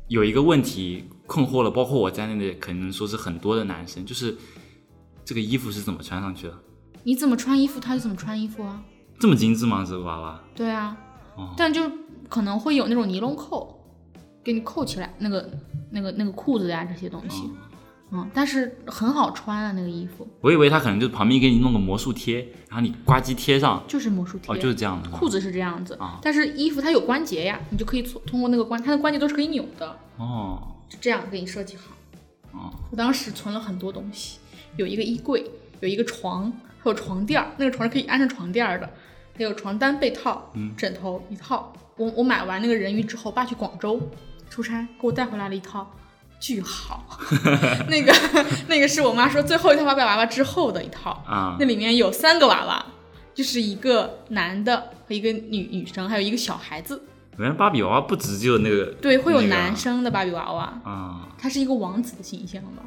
有一个问题困惑了，包括我在内的，可能说是很多的男生，就是这个衣服是怎么穿上去的？你怎么穿衣服，他就怎么穿衣服啊。这么精致吗？这个娃娃？对啊，哦但就可能会有那种尼龙扣，给你扣起来那个那个那个裤子呀、这些东西。哦嗯，但是很好穿啊，那个衣服我以为他可能就旁边给你弄个魔术贴，然后你呱唧贴上，就是魔术贴，哦，就是这样的。裤子子是这样子，啊但是衣服它有关节呀，你就可以从通过那个关，它的关节都是可以扭的，哦就这样给你设计好。哦，我当时存了很多东西，有一个衣柜，有一个床，还有床垫儿，那个床是可以安上床垫儿的，还有床单、被套、枕头一套。我我买完那个人鱼之后，爸去广州出差，给我带回来了一套，巨好。 [LAUGHS] 那个 [LAUGHS] 那个是我妈说最后一套芭比娃娃之后的一套，啊那里面有三个娃娃，就是一个男的和一个女女生，还有一个小孩子。原来芭比娃娃不只只有那个对，会有那个男生的芭比娃娃，啊，它是一个王子的 [LAUGHS] 形象吧。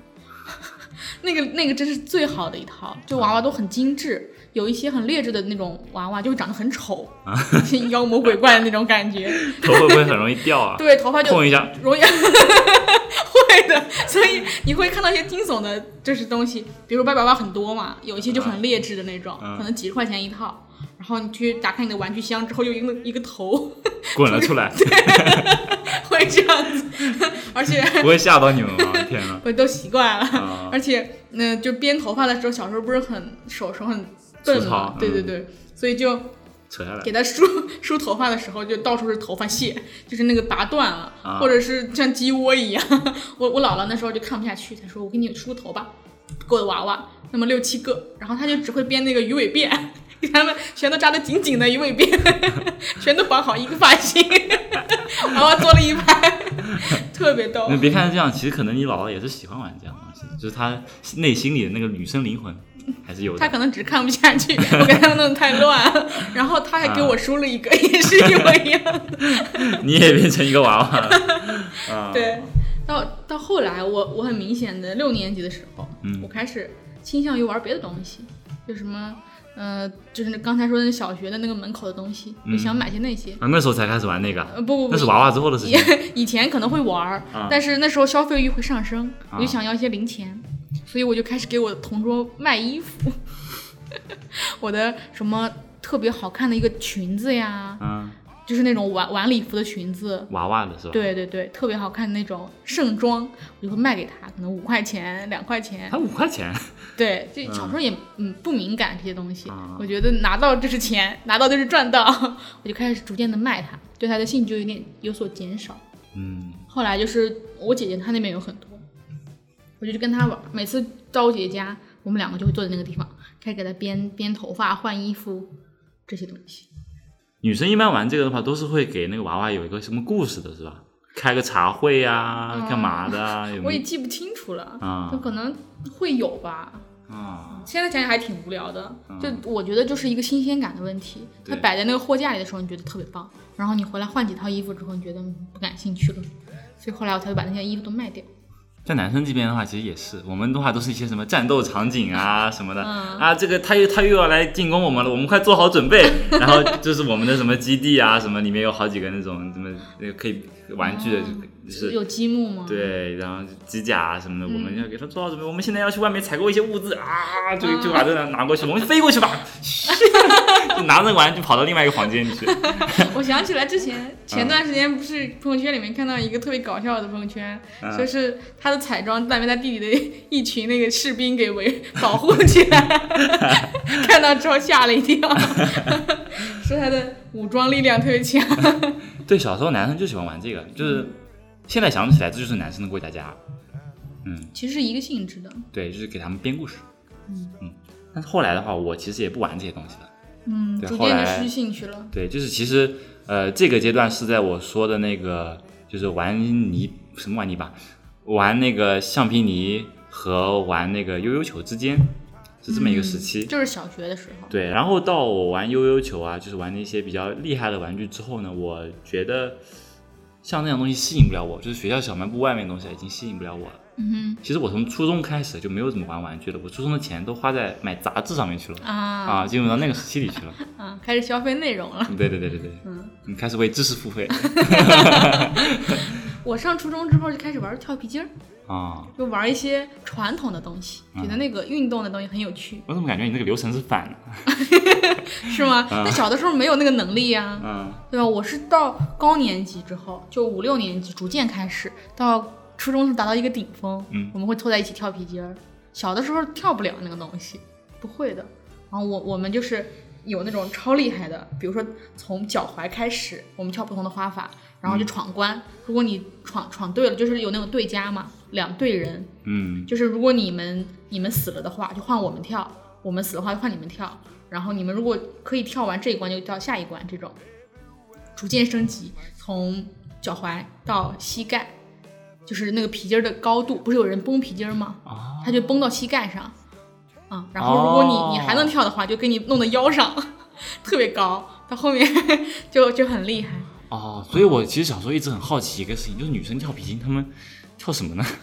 那个那个真是最好的一套，就娃娃都很精致，有一些很劣质的那种娃娃就会长得很丑， [LAUGHS] 妖魔鬼怪的那种感觉。头会不会很容易掉啊？ [LAUGHS] 对，头发就碰一下，容易会的，所以你会看到一些惊悚的，就是东西，比如说芭比娃娃很多嘛，有一些就很劣质的那种，嗯可能几十块钱一套。然后你去打开你的玩具箱之后，有一个一个头滚了出来，会这样子，而且不会吓到你们吗？天哪！我都习惯了。啊而且，嗯、就编头发的时候，小时候不是很手手很笨粗嘛糙，对对嗯对，所以就扯下来给，它梳梳头发的时候，就到处是头发屑，就是那个拔断了，啊或者是像鸡窝一样。 [LAUGHS] 我我姥姥那时候就看不下去，她说：“我给你梳头吧。”给我的娃娃，那么六七个，然后她就只会编那个鱼尾辫， [LAUGHS] 给他们全都扎得紧紧的鱼尾辫， [LAUGHS] 全都绑好一个发型， [LAUGHS] 娃娃坐了一排， [LAUGHS] 特别逗 [LAUGHS] 那。别看这样，其实可能你姥姥也是喜欢玩这样的东西，就是她内心里的那个女生灵魂还是有他的。可能只看不下去，我给他弄得太乱了， [LAUGHS] 然后他还给我梳了一个， [LAUGHS] 也是一模一样的。你也变成一个娃 [LAUGHS] 娃了，啊，对，到到后来我，我很明显的六年级的时候，嗯我开始倾向于玩别的东西，就什么，呃，就是刚才说的那小学的那个门口的东西，我嗯想买些那些。啊，那时候才开始玩那个啊，呃，不不不，那是娃娃之后的事以情以前可能会玩儿，啊但是那时候消费欲会上升，啊我就想要一些零钱，所以我就开始给我同桌卖衣服， [LAUGHS] 我的什么特别好看的一个裙子呀，嗯，就是那种晚晚礼服的裙子。娃娃的是吧？，对对对，特别好看的那种盛装，我就会卖给他，可能五块钱、两块钱才。五块钱，对，这小时候也嗯不敏感这些东西，啊我觉得拿到就是钱，拿到就是赚到， [LAUGHS] 我就开始逐渐的卖它，对它的兴趣就有点有所减少。嗯，后来就是我姐姐她那边有很多，我就去跟她玩儿。每次到我姐姐家，我们两个就会坐在那个地方，开始给她编编头发、换衣服这些东西。女生一般玩这个的话，都是会给那个娃娃有一个什么故事的，是吧？开个茶会呀、干嘛的啊？有我没也有记不清楚了，啊就可能会有吧。啊？现在想想还挺无聊的，嗯就我觉得就是一个新鲜感的问题。它对摆在那个货架里的时候，你觉得特别棒，然后你回来换几套衣服之后，你觉得嗯不感兴趣了，所以后来我才会把那些衣服都卖掉。在男生这边的话，其实也是，我们的话都是一些什么战斗场景 [LAUGHS] 啊什么的、嗯啊，这个他又他又要来进攻我们了，我们快做好 [LAUGHS] 准备。然后就是我们的什么基地啊，什么里面有好几个那种什么呃可以玩具的，就是哦有嗯积木吗？，对，然后机甲啊什么的，我们要给他做好准备。我们现在要去外面采购一些物资啊，就嗯就把这拿拿过去了，我们飞过去 [LAUGHS] 吧，就拿着玩具跑到另外一个房 [LAUGHS] 间里去。 [LAUGHS] 我想起来之嗯前前段时间不是朋友圈里面看到一个特别搞笑的朋友圈，嗯就是他的彩妆蛋被他弟弟的一群那个士兵给围保护起来， [LAUGHS] 看到之后吓了一跳， [LAUGHS] 说他的武装力量特别强。对，小时候男生就喜欢玩这个，嗯就是现在想起来，这就是男生的过家家。嗯，其实是一个性质的，对，就是给他们编故事。嗯嗯，但是后来的话，我其实也不玩这些东西了。嗯，对逐后渐的来失去兴趣了。对，就是其实呃，这个阶段是在我说的那个，就是玩泥什么玩泥巴，玩那个橡皮泥和玩那个悠悠球之间是这么一个时期。就是小学的时候，对，然后到我玩悠悠球啊，就是玩那些比较厉害的玩具之后呢，我觉得像那样东西吸引不了我，就是学校小卖部外面的东西啊已经吸引不了我了。嗯其实我从初中开始就没有怎么玩玩具了，我初中的钱都花在买杂志上面去了哼，啊啊，进入到那个时期里去 [LAUGHS] 了。啊，开始消费内容了。对对对对对，嗯，你开始为知识付费我上初中之后就开始玩跳皮筋儿，啊。就玩一些传统的东西，觉嗯得那个运动的东西很有趣，我怎么感觉你这个流程是反的？是吗？但小的时候没有那个能力呀、嗯，对吧？我是到高年级之后，就五六年级逐渐开始，到初中是达到一个顶峰，嗯我们会凑在一起跳皮筋儿。小的时候跳不了那个东西，不会的。然后我我们就是有那种超厉害的，比如说从脚踝开始，我们跳不同的花法，然后就闯关。如果你闯闯对了，就是有那种对家嘛，两队人，嗯，就是如果你们你们死了的话，就换我们跳；我们死的话，就换你们跳。然后你们如果可以跳完这一关，就到下一关，这种逐渐升级，从脚踝到膝盖，就是那个皮筋儿的高度，不是有人绷皮筋儿吗？啊，他就绷到膝盖上，啊、然后如果你、哦你还能跳的话，就给你弄到腰上， [LAUGHS] 特别高，到后面 [LAUGHS] 就就很厉害。哦，所以我其实小时候一直很好奇一个事情，就是女生跳皮筋，她们跳什么呢？ [LAUGHS]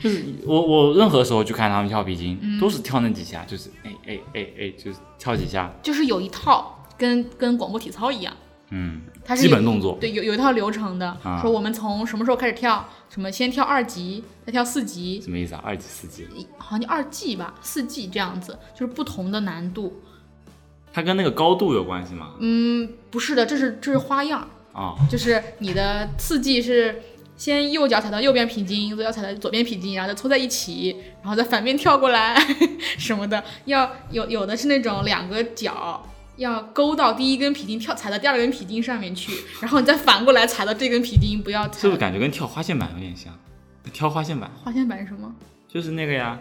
就是我我任何时候去看她们跳皮筋，嗯都是跳那几下，就是哎哎哎哎，就是跳几下，就是有一套跟跟广播体操一样，嗯，它是基有本动作。对，有有一套流程的，啊说我们从什么时候开始跳，什么先跳二级，再跳四级，什么意思啊？二级、四级，好像就二 G 吧，四 G 这样子，就是不同的难度。它跟那个高度有关系吗？嗯，不是的，这是这是花样，啊、就是你的四 G 是先右脚踩到右边皮筋，左脚踩到左边皮筋，然后再搓在一起，然后再反面跳过来 [LAUGHS] 什么的。要有有的是那种两个脚要勾到第一根皮筋，跳踩到第二根皮筋上面去，然后你再反过来踩到这根皮筋，不要踩是不是。感觉跟跳花线板有点像？跳花线板花线板是什么？就是那个呀，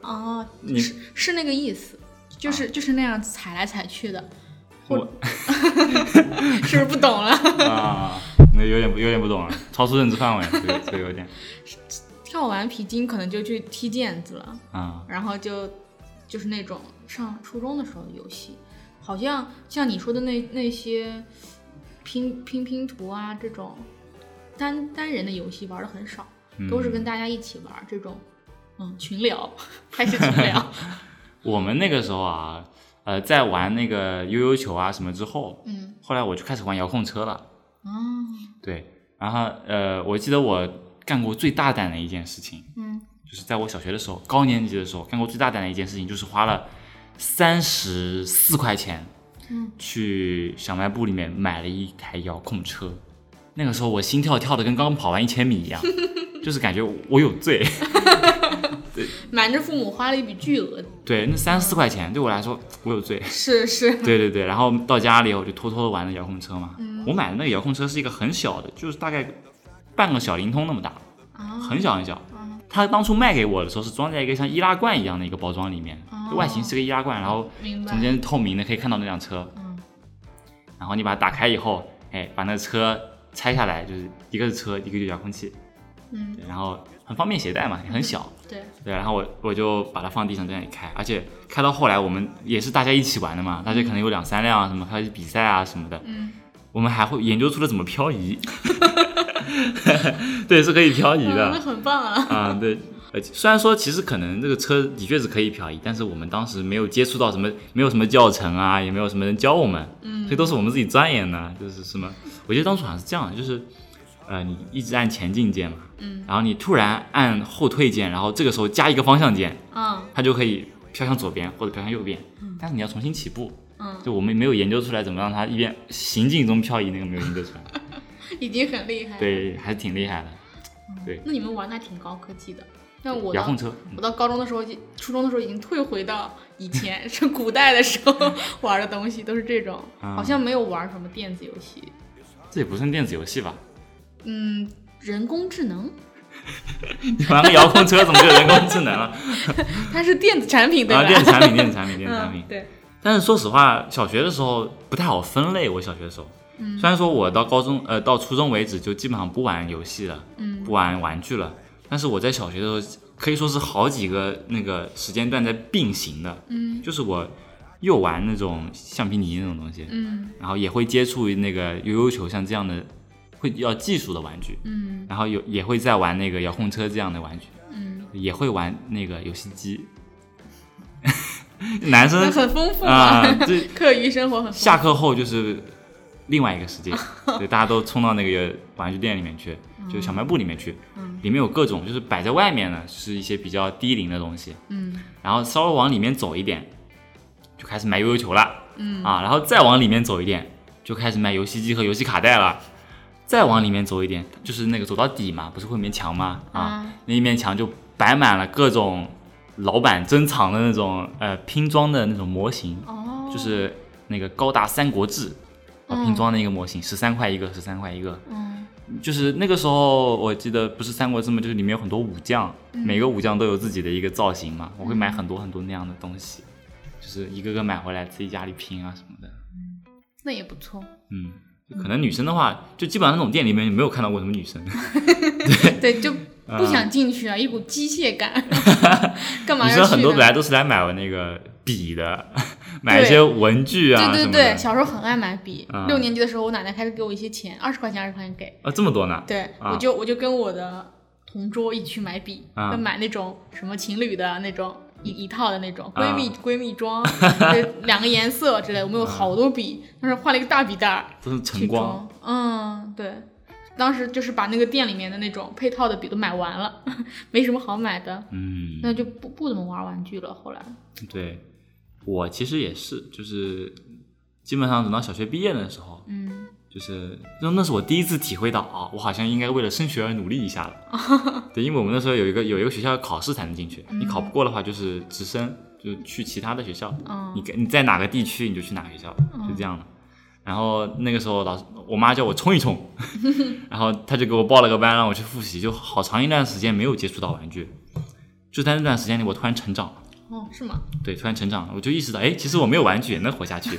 哦，你 [LAUGHS] 啊是是那个意思，就是、就是那样踩来踩去的，我 [LAUGHS] 是不是不懂了？啊，那有点有点不懂了，超出认知范围，这个这个有点跳完皮筋可能就去踢毽子了。啊，然后就就是那种上初中的时候的游戏，好像像你说的那那些拼拼拼图啊这种单单人的游戏玩的很少，嗯都是跟大家一起玩这种，嗯，群聊还是群 [LAUGHS] 聊，我们那个时候啊，呃，在玩那个悠悠球啊什么之后，嗯后来我就开始玩遥控车了。啊对，然后呃，我记得我干过最大胆的一件事情，嗯就是在我小学的时候，高年级的时候干过最大胆的一件事情，就是花了三十四块钱，嗯去小卖部里面买了一台遥控车。那个时候我心跳跳的跟刚跑完一千米 [LAUGHS] 一样，就是感觉我有罪。瞒着父母花了一笔巨额，对，那三十四块钱对我来说，我有罪。是 [LAUGHS] 是，对对对，然后到家里我就偷偷的玩了遥控车嘛。嗯我买的那个遥控车是一个很小的，就是大概半个小灵通那么大，啊很小很小。它当初卖给我的时候是装在一个像易拉罐一样的一个包装里面，哦就外形是个易拉罐，然后明白中间是透明的，可以看到那辆车。嗯然后你把它打开以后，哎，把那个车拆下来，就是一个是车，一个就是遥控器，嗯对然后很方便携带嘛，也很小。对对，然后我我就把它放地上这样一开，而且开到后来我们也是大家一起玩的嘛，大家可能有两三辆啊什么，还有比赛啊什么的，嗯我们还会研究出了怎么漂移， [LAUGHS] 对，是可以漂移啊那的很棒啊， [LAUGHS] 啊、对。呃，虽然说其实可能这个车的确是可以漂移，但是我们当时没有接触到什么，没有什么教程啊，也没有什么人教我们，嗯所以都是我们自己钻研的，就是什么，我觉得当初好像是这样的，就是，呃，你一直按前进键嘛，嗯然后你突然按后退键，然后这个时候加一个方向键，嗯它就可以飘向左边或者飘向右边，但是你要重新起步，嗯，就我们没有研究出来怎么让它一边行进中漂移，那个没有研究出 [LAUGHS] 来，已经很厉害了，对，还是挺厉害的，对，那你们玩的还挺高科技的，那我遥倒控车，嗯我到高中的时候已，初中的时候已经退回到以前 [LAUGHS] 是古代的时 [LAUGHS] 候玩的东西，都是这种，啊好像没有玩什么电子游戏。这也不算电子游戏吧？嗯，人工智能， [LAUGHS] 你玩个遥控车怎么就人工智能了？它是电子产 [LAUGHS] 品对啊，吧？电子产品，电子产品，电子产品嗯，。对，但是说实话，小学的时候不太好分类。我小学的时候，嗯虽然说我到高中呃到初中为止就基本上不玩游戏了，嗯不玩玩具了，但是我在小学的时候可以说是好几个那个时间段在并行的，嗯就是我又玩那种橡皮泥那种东西，嗯然后也会接触那个悠悠球像这样的会要技术的玩具，嗯然后有也会在玩那个遥控车这样的玩具，嗯，也会玩那个游戏机。 [LAUGHS] 男生那很丰富啊、啊，这课余生活很丰下课后就是另外一个世界，对，大家都冲到那个玩具店里面去，就是小卖部里面去，嗯里面有各种就是摆在外面呢，是一些比较低龄的东西，富，嗯然后稍微往里面走一点，就开始卖悠悠球了，嗯啊，然后再往里面走一点，就开始卖游戏机和游戏卡带了。再往里面走一点，就是那个走到底嘛，不是会有一面墙吗？啊，啊那一面墙就摆满了各种老板珍藏的那种呃拼装的那种模型，哦，就是那个高达《三国志》啊嗯拼装的一个模型，十三块一个，十三块一个。嗯就是那个时候，我记得不是《三国志》嘛，就是里面有很多武将，嗯每个武将都有自己的一个造型嘛。我会买很多很多那样的东西，就是一个个买回来自己家里拼啊什么的。那也不错。嗯，就可能女生的话，就基本上那种店里面你没有看到过什么 [LAUGHS] 女生。对，就不想进去啊，一股 [LAUGHS] 机械感，干嘛女要去呢？生很多本来都是来买我那个笔的， [LAUGHS] 买一些文具啊对什对么对，的。小时候很爱买笔。嗯六年级的时候，我奶奶开始给我一些钱，二十块钱、二十块钱给。啊，这么多呢？对，啊我就我就跟我的同桌一起去买笔，啊就买那种什么情侣的那种一一套的那种啊闺蜜、闺蜜装，对两个颜色之类。我们有好多笔，当时画了一个大笔袋儿都是去晨啊光。装。嗯，对，当时就是把那个店里面的那种配套的笔都买完了， [LAUGHS] 没什么好买的，嗯，那就不不怎么玩玩具了。后来，对，我其实也是，就是基本上等到小学毕业的时候，嗯，就是那那是我第一次体会到啊，我好像应该为了升学而努力一下了。 [LAUGHS] 对，因为我们那时候有一个有一个学校要考试才能进去，你考不过的话就是直升，就去其他的学校。嗯你你在哪个地区你就去哪个学校，就这样的。然后那个时候老师，我妈叫我冲一冲， [LAUGHS] 然后她就给我报了个班，让我去复习，就好长一段时间没有接触到玩具。就在那段时间里，我突然成长了。哦，是吗？对，突然成长了，我就意识到，哎，其实我没有玩具也能活下去，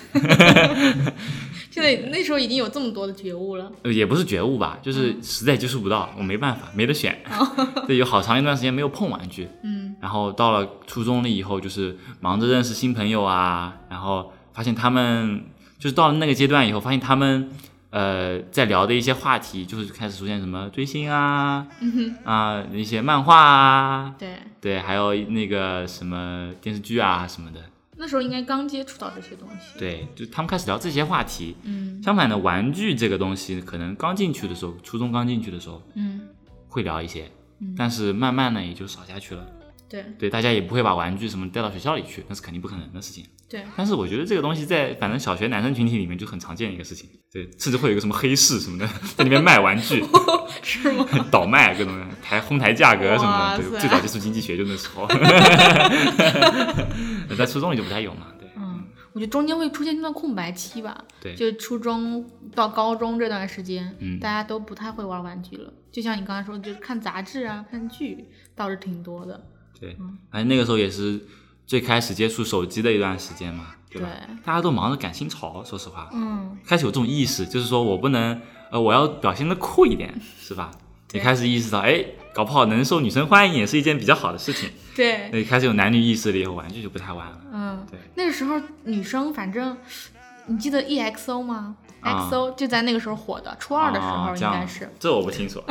现在那时候已经有这么多的觉悟了。呃也不是觉悟吧，就是实在接触不到，我没办法，没得选。 [LAUGHS] 对，有好长一段时间没有碰玩具，嗯，然后到了初中了以后，就是忙着认识新朋友啊，然后发现他们就是到了那个阶段以后，发现他们呃在聊的一些话题，就是开始出现什么追星啊，啊、一些漫画啊，对，对，还有那个什么电视剧啊什么的，那时候应该刚接触到这些东西。，对，就他们开始聊这些话题，嗯相反的，玩具这个东西，可能刚进去的时候，初中刚进去的时候嗯，会聊一些嗯，但是慢慢呢也就少下去了。对对，大家也不会把玩具什么带到学校里去，那是肯定不可能的事情。对，但是我觉得这个东西在反正小学男生群体里面就很常见的一个事情，对，甚至会有一个什么黑市什么 [LAUGHS] 的在里面卖玩具， [LAUGHS] 是吗？倒卖各种的抬哄抬价格什么哇的。对，塞最早接触经济学就那时 [LAUGHS] 候，在初中里就不太有嘛。对，嗯，我觉得中间会出现一段空白期吧，对就初中到高中这段时间，嗯大家都不太会玩玩具了。就像你刚才说，就是看杂志啊、看剧倒是挺多的。对，嗯而且那个时候也是最开始接触手机的一段时间嘛，对吧？对大家都忙着赶新潮，说实话，嗯，开始有这种意识，就是说我不能，呃，我要表现的酷一点，是吧？也开始意识到，哎，搞不好能受女生欢迎也是一件比较好的事情。对，那开始有男女意识了以后，玩具就不太玩了。嗯对，那个时候女生反正。你记得 EXO 吗啊？EXO 就在那个时候火的，初二的时候啊应这样该是，这我不清楚，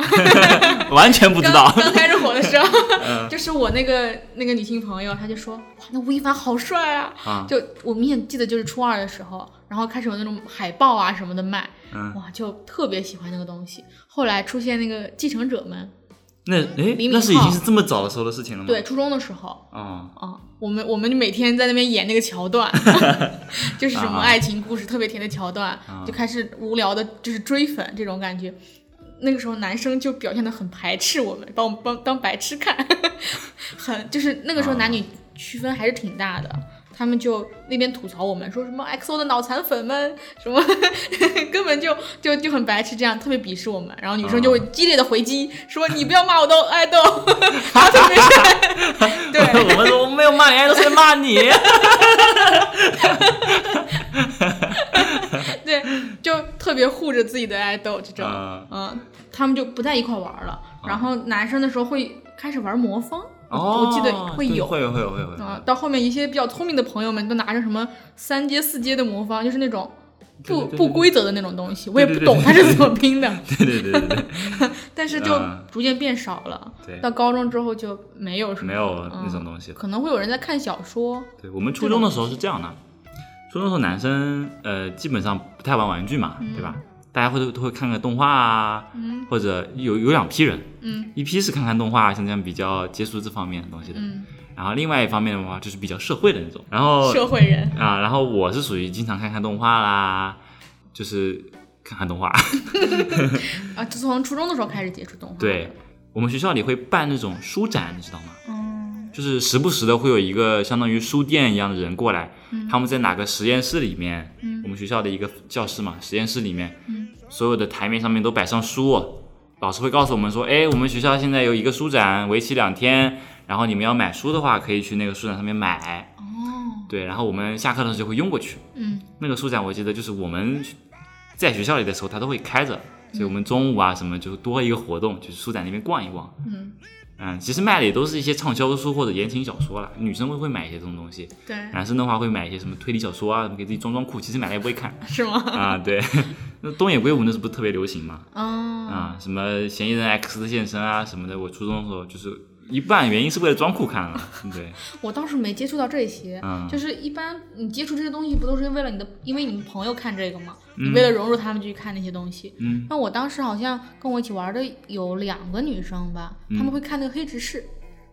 [LAUGHS] 完全不知道。嗯刚刚开始火的时 [LAUGHS] 候， [LAUGHS] 就是我那个那个女性朋友，她就说：“哇，那吴亦凡好帅啊！”啊就我明显记得就是初二的时候，然后开始有那种海报啊什么的卖，嗯哇，就特别喜欢那个东西。后来出现那个继承者们，那哎李，敏镐那是已经是这么早的时候的事情了吗？对，，初中的时候。哦，啊、我们我们就每天在那边演那个桥段， [LAUGHS] 就是什么啊爱情故事特别甜的桥段，就开始无聊的，就是追粉这种感觉。那个时候男生就表现的很排斥我们，把我们当当白痴看， [LAUGHS] 很就是那个时候男女区分还是挺大的。他们就那边吐槽我们，说什么 XO 的脑残粉们，什么 [LAUGHS] 根本就就就很白痴，这样特别鄙视我们。然后女生就会激烈的回击，说你不要骂我的爱豆， [LAUGHS] 然后特别是对， [LAUGHS] 我们说我们没有骂你，哎都是在 [LAUGHS] 骂你。对，就特别护着自己的爱豆这种，啊嗯、他们就不在一块玩了。然后男生的时候会开始玩魔方，哦，我记得对会有。会有，会有，会有。会有啊、到后面一些比较聪明的朋友们都拿着什么三阶、四阶的魔方，就是那种不对对对不对规则的那种东西，我对也对不对懂对它是怎么拼的， [LAUGHS] 对对对对对。但是就啊逐渐变少了。对到高中之后就没有什么没有那种嗯东西可能会有人在看小说，对我们初中的时候是这样的，初中的时候男生呃基本上不太玩玩具嘛，对吧？大家会都会看看动画啊，嗯或者有有两批人，嗯一批是看看动画，像这样比较接触这方面的东西的，嗯，然后另外一方面的话就是比较社会的那种，然后社会人，啊，然后我是属于经常看看动画啦，就是看看动画，啊，就从初中的时候开始接触动画。对，我们学校里会办那种书展，你知道吗？嗯，就是时不时的会有一个相当于书店一样的人过来，嗯他们在哪个实验室里面，我们学校的一个教室嘛，实验室里面，嗯所有的台面上面都摆上书，哦老师会告诉我们说，哎，我们学校现在有一个书展，为期两天，然后你们要买书的话，可以去那个书展上面买，哦，对，然后我们下课的时候就会拥过去。嗯那个书展我记得就是我们在学校里的时候，它都会开着，所以我们中午啊什么就多一个活动，去书展那边逛一逛。嗯，嗯，其实卖的也都是一些畅销书或者言情小说啦，女生会会买一些这种东西，对，男生的话会买一些什么推理小说啊，什么给自己装装酷，其实买了也不会看是吗？啊。 [LAUGHS] 对，那东野圭吾那时候不是特别流行嘛，嗯，啊，什么嫌疑人 X 的现身啊什么的，我初中的时候就是一半原因是为了装酷看了，对，我倒是没接触到这些，嗯就是一般你接触这些东西，不都是为了你的，因为你们朋友看这个嘛，你为了融入他们去看那些东西。嗯，那我当时好像跟我一起玩的有两个女生吧，她嗯们会看那个黑执事，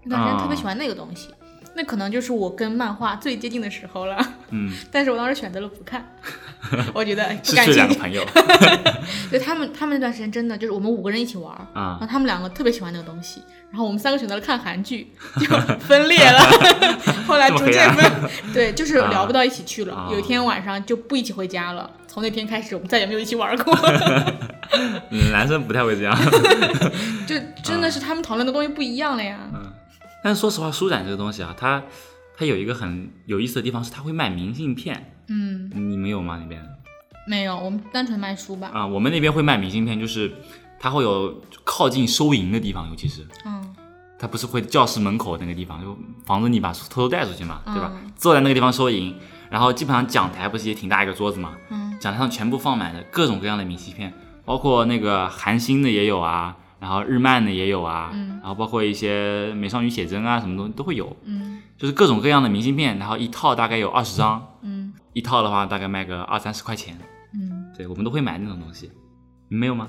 那段时间特别啊喜欢那个东西。那可能就是我跟漫画最接近的时候了， [LAUGHS] 嗯，但是我当时选择了不 [LAUGHS] 看，我觉得哎不失感去兴了两个趣。朋友对他们，他们那段时间真的就是我们五个人一起玩儿，然啊后，他们两个特别喜欢那个东西，然后我们三个选择了看韩剧，就分裂了。 [LAUGHS] 后来这么逐黑渐暗分， [LAUGHS] 对，就是聊不到一起去了。啊有一天晚上就不一起回家了，从那天开始我们再也没有一起玩 [LAUGHS] 过。 [LAUGHS] 嗯男生不太会这样。就啊真的是他们讨论的东西不一样了呀。但是说实话，书展这个东西啊，它它有一个很有意思的地方是，它会卖明信片。嗯，你们有吗？那边没有，我们单纯卖书吧。啊，我们那边会卖明信片，就是它会有靠近收银的地方，尤其是嗯，它不是会教室门口那个地方，就防止你把偷偷带出去嘛，对吧嗯？坐在那个地方收银，然后基本上讲台不是也挺大一个桌子嘛，嗯讲台上全部放满了各种各样的明信片，包括那个韩星的也有啊。然后日漫的也有啊，嗯然后包括一些美少女写真啊，什么东西都会有。嗯就是各种各样的明信片，然后一套大概有二十张，嗯一套的话大概卖个二三十块钱。嗯，对，我们都会买那种东西。你没有吗？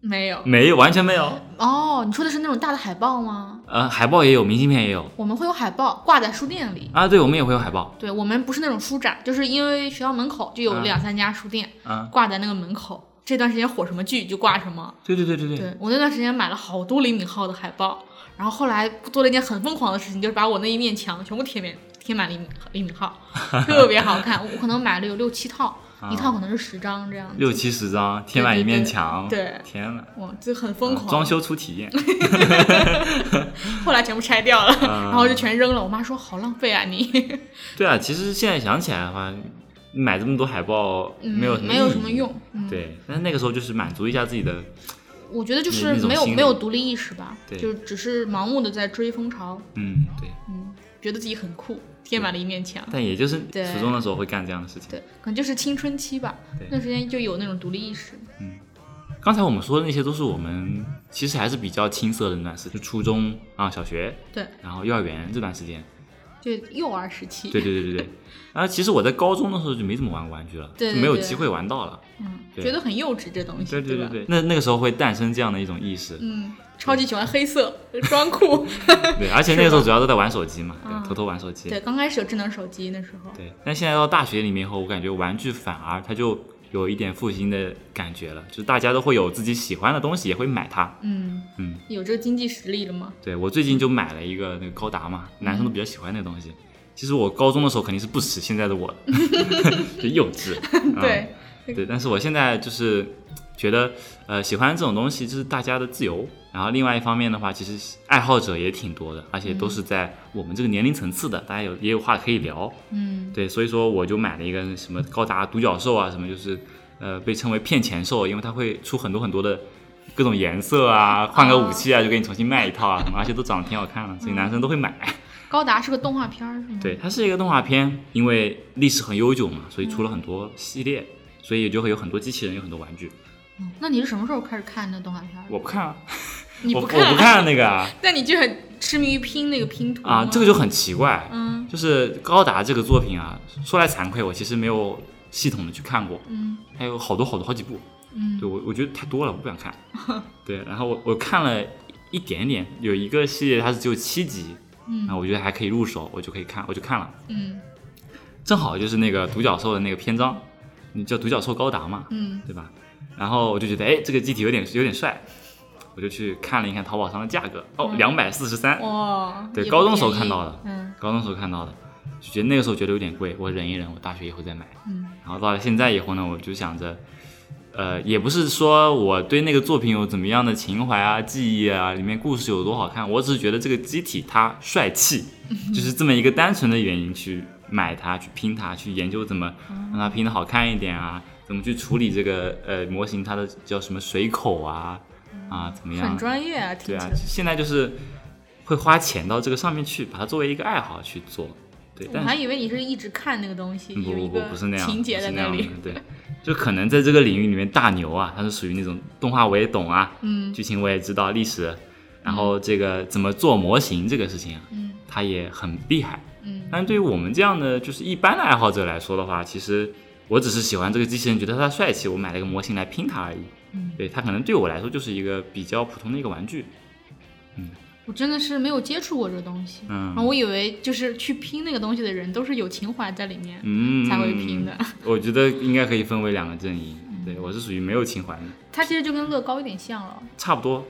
没有。没有，完全没有。哦，你说的是那种大的海报吗？呃，海报也有，明信片也有我们会有海报挂在书店里。啊。对，我们也会有海报。对我们不是那种书展，就是因为学校门口就有啊两三家书店，啊，挂在那个门口。这段时间火什么剧就挂什么。对对对对对。对我那段时间买了好多李敏镐的海报，然后后来做了一件很疯狂的事情，就是把我那一面墙全部贴满贴满李敏李 [LAUGHS] 敏镐，特别好看。我可能买了有六七套，一套可能是十张这样子。啊六七十张，贴满一面墙。对对对天呐，哇，就很疯狂。嗯装修初体验。后来全部拆掉了，嗯然后就全扔了。我妈说好浪费啊你，对啊，其实现在想起来的话，买这么多海报嗯没有什么没有意义什么。用。嗯，对，但是那个时候就是满足一下自己的，我觉得就是那种没有心理没有独立意识吧，对就是只是盲目的在追风潮，嗯，对。嗯，觉得自己很酷，贴满了一面墙。但也就是对初中的时候会干这样的事情。对，可能就是青春期吧对，那时间就有那种独立意识。刚才我们说的那些都是我们其实还是比较青涩的那段时间，就初中啊、小学，对，然后幼儿园这段时间。就幼儿时期。对对对对对。然后其实我在高中的时候就没怎么玩过玩具了，对对就没有对机会玩到了。嗯，对觉得很幼稚这东西，对对吧？对，那那个时候会诞生这样的一种意识，嗯，超级喜欢黑色装酷。对，而且那个时候主要都在玩手机嘛，啊对，偷偷玩手机。对，刚开始有智能手机那时候。对，但现在到大学里面以后，我感觉玩具反而它就有一点复兴的感觉了，就是大家都会有自己喜欢的东西，也会买它。嗯，嗯，有这个经济实力了吗？对我最近就买了一个那个高达嘛，男生都比较喜欢那个东西。其实我高中的时候肯定是不耻现在的我的，就幼稚。嗯对，对，但是我现在就是觉得，呃，喜欢这种东西就是大家的自由。然后另外一方面的话，其实爱好者也挺多的，而且都是在我们这个年龄层次的，大家有也有话可以聊。嗯，对，所以说我就买了一个什么高达独角兽啊，什么就是呃被称为骗钱兽，因为它会出很多很多的各种颜色啊，换个武器啊，就给你重新卖一套啊什么，而且都长得挺好看的，所以男生都会买。高达是个动画片儿，是吗？对，它是一个动画片，因为历史很悠久嘛，所以出了很多系列，所以也就会有很多机器人，有很多玩具。嗯。那你是什么时候开始看那动画片儿？我不看啊，你我看啊？我不看那个啊，那你就很痴迷于拼那个拼图啊吗这个就很奇怪，嗯就是高达这个作品啊，说来惭愧，我其实没有系统的去看过，嗯还有好多好多好几部，嗯对我我觉得太多了，我不想 [LAUGHS] 看。对，然后我我看了一点点，有一个系列它是只有七集，然后嗯我觉得还可以入手，我就可以看，我就看了，嗯正好就是那个独角兽的那个篇章，你叫独角兽高达嘛，嗯对吧？然后我就觉得，哎，这个机体有点有点帅，我就去看了一看淘宝上的价格，嗯哦，两百四十三，哇，对也不高中时候便宜看到的嗯高中时候看到的，就觉得那个时候觉得有点贵，我忍一忍，我大学以后再买。嗯然后到了现在以后呢，我就想着，呃，也不是说我对那个作品有怎么样的情怀啊、记忆啊，里面故事有多好看，我只是觉得这个机体它 [LAUGHS] 帅气，就是这么一个单纯的原因去买它、去拼它、去研究怎么嗯让它拼的好看一点啊，怎么去处理这个呃模型它的叫什么水口啊啊怎么样嗯很？专业啊，听对起啊来，现在就是会花钱到这个上面去，把它作为一个爱好去做。对，我但嗯还是以为你是一直看那个东西，不有不一不个不是那样，情节不在是那那样里的。对，就可能在这个领域里面，大牛啊，他是属于那种动画我也懂啊，嗯剧情我也知道，历史，然后这个怎么做模型这个事情啊，嗯他也很厉害。嗯但对于我们这样的就是一般的爱好者来说的话，其实我只是喜欢这个机器人，觉得它帅气，我买了一个模型来拼它而已。嗯，对它可能对我来说就是一个比较普通的一个玩具。我真的是没有接触过这个东西，嗯然后我以为就是去拼那个东西的人都是有情怀在里面，嗯，才会拼的。嗯我觉得应该可以分为两个阵营。对我是属于没有情怀的， [LAUGHS] 它其实就跟乐高有点像了，差不多。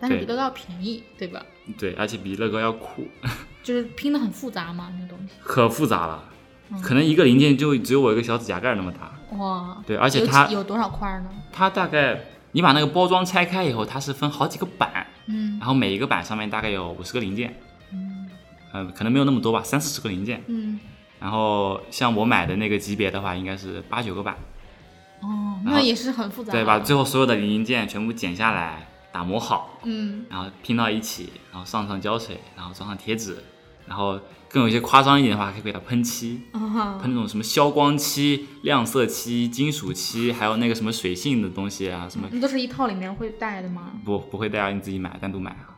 但是比对乐高要便宜，对吧？对，而且比乐高要酷， [LAUGHS] 就是拼的很复杂嘛，那东西。可复杂了，嗯可能一个零件就只有我一个小指甲盖那么大。哇，对而且有它几有多少块呢？它大概你把那个包装拆开以后，它是分好几个板，嗯然后每一个板上面大概有五十个零件，嗯、呃，可能没有那么多吧，三四十个零件。嗯，然后像我买的那个级别的话，应该是八九个板，哦，然后那也是很复杂，对，把？最后所有的零件全部剪下来，打磨好，嗯， [LAUGHS] 然后拼到一起，然后上上胶水，然后装上贴纸，然后更有一些夸张一点的话，还可以给它喷漆，啊喷那种什么消光漆、亮色漆、金属漆，还有那个什么水性的东西啊，什么那都是一套里面会带的吗？不不会带啊，你自己买，单独买啊。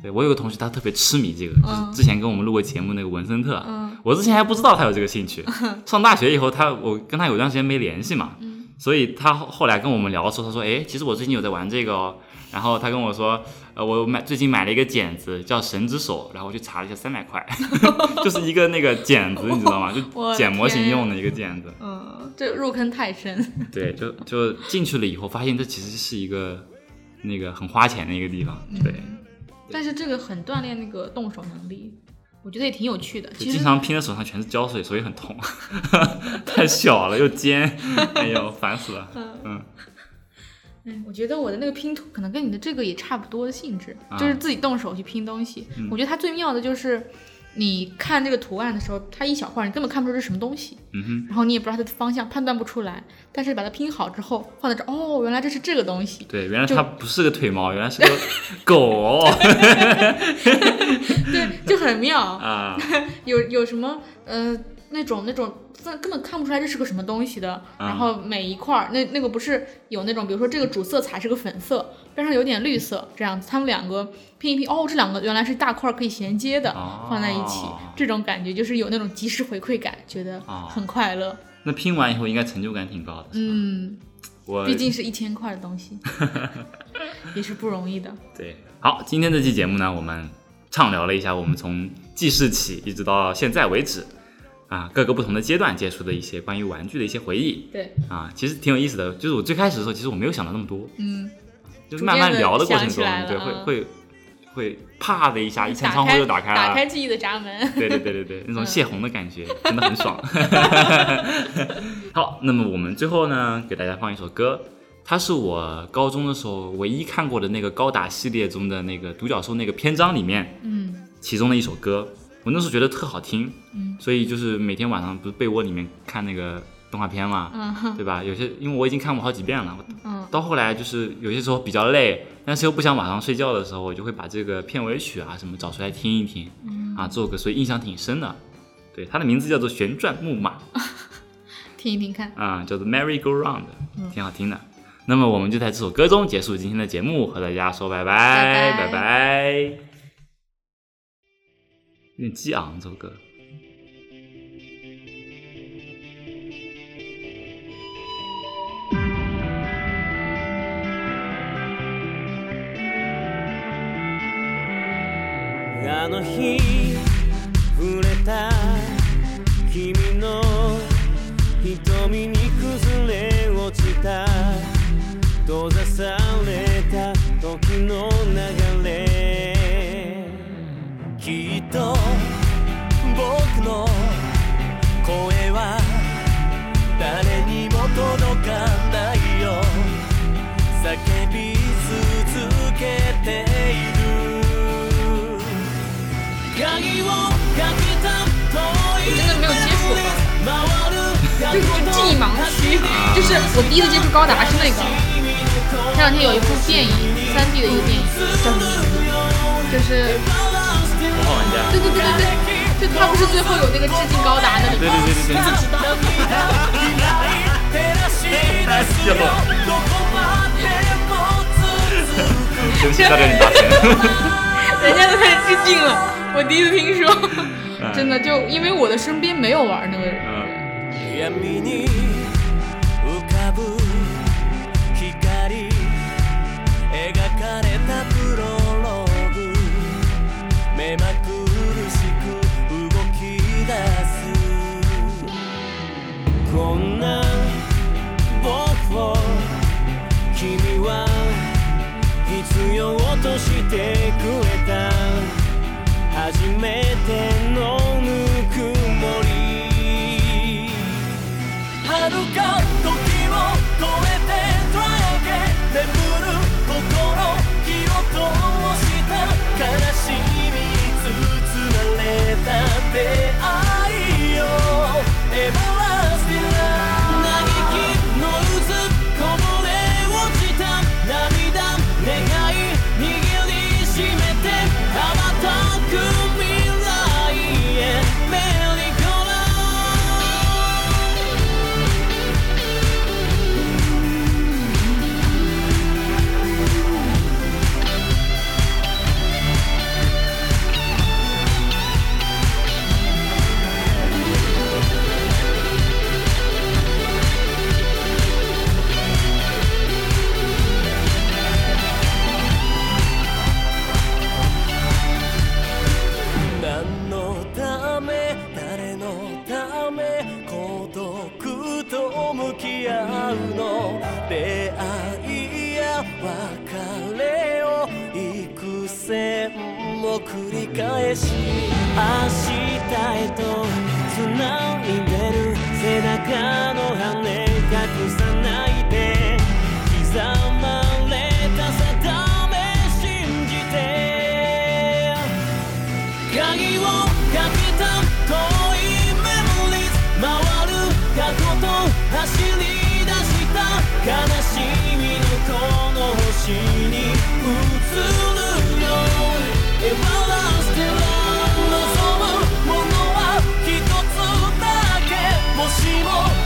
对我有个同学，他特别痴迷这个，嗯就是之前跟我们录过节目那个文森特，嗯我之前还不知道他有这个 [LAUGHS] 兴趣。上大学以后他，我跟他有段时间没联系嘛，嗯所以他后后来跟我们聊的时候，他说：“哎，其实我最近有在玩这个哦。”然后他跟我说：“呃，我买最近买了一个剪子，叫神之手，然后我去查了一下，三百 [LAUGHS] 块， [LAUGHS] 就是一个那个剪子，你知道我吗？就的剪模型天用的一个剪子。嗯，这入坑太深。对，就就进去了以后，发现这其实是一个那个很花钱的一个地方。对。但是这个很锻炼那个动手能力，我觉得也挺有趣的。就其经实常拼的手上全是胶水，所以很痛， [LAUGHS] 太小了又尖，哎呦，烦死了。嗯，嗯，我觉得我的那个拼图可能跟你的这个也差不多的性质，啊嗯就是自己动手去拼东西。我觉得它最妙的就是，你看这个图案的时候，它一小块儿，你根本看不出这是什么东西，嗯哼，然后你也不知道它的方向，判断不出来。但是把它拼好之后，放在这儿，哦，原来这是这个东 [LAUGHS] 西。对，原来就它不是个腿毛，原来是个狗哦 [LAUGHS] 对，就很妙。啊！有有什么呃那种那种分根本看不出来这是个什么东西的，嗯然后每一块儿那那个不是有那种，比如说这个主色彩是个粉色，边上有点绿色，这样子，它们两个拼一拼，哦，这两个原来是一大块儿可以衔接的，哦放在一起，这种感觉就是有那种及时回馈感，觉得哦很快乐。那拼完以后应该成就感挺高的。嗯，我毕竟是一千块的东 [LAUGHS] 西，也是不容易的。对，好，今天这期节目呢，我们畅聊了一下我们从记事起一直到现在为止啊各个不同的阶段接触的一些关于玩具的一些回忆对，啊，其实挺有意思的。就是我最开始的时候，其实我没有想到那么多，嗯，就逐慢渐慢地聊的过想程起中来，对，了会嗯会会啪的一下，一扇打窗户开就打开了，打开嗯记忆的闸门。对对对对对，那种泄洪的感觉、真的很爽。 [LAUGHS] 好，那么我们最后呢，给大家放一首歌，它是我高中的时候唯一看过的那个高达系列中的那个独角兽那个篇章里面嗯其中的一首歌，我那时候觉得特好听，嗯所以就是每天晚上不是被窝里面看那个动画片嘛，嗯哼对吧？有些因为我已经看过好几遍了，我嗯到后来就是有些时候比较累，但是又不想马上睡觉的时候，我就会把这个片尾曲啊什么找出来听一听，啊，做个，所以印象挺深的。对，它的名字叫做《旋转木马》听一听看。啊，叫做《Merry Go Round》，挺好听的。那么我们就在这首歌中结束今天的节目，和大家说拜拜，拜拜拜拜。有点激昂，这首歌。あの日触れた君の瞳に崩れ落ちた閉ざされた時の流れきっと僕の声は誰にも届かないよ叫び続けている鍵をかけた遠い真的没有接触过回就る是记忆盲区，就是我第一次接触高达是那个，前两天有一部电影，三 D 的一个电影，叫什么名字？就是他不是最后有那个致敬高达那里对吗？对对对对，大谢了。对不起，大家你打钱。人家都开始致敬了，我第一次听 [LAUGHS] 说，真的就因为我的身边没有玩那个人，嗯，闇に浮かぶ光描かれたプロローグ目まくるしく動き出すこんな僕を君は必要としてくれた初めてのぬくもり遥か時を超えて捉えて眠る心火を通した悲しみ包まれた出会いよエバラスティラ嘆きの渦こぼれ落ちた涙願い握りしめて羽ばたく未来へメリーゴーラウンド何のため誰のため孤独と向き合うの出会いや別れを幾千も繰り返し明日へと繋いでる背中の羽隠さないで刻まれた定め信じて鍵をかけた遠いメモリーズ回る過去と走り出した悲しみのこの星に映るよ e v e r l a s t i n 望むものは一つだけもしも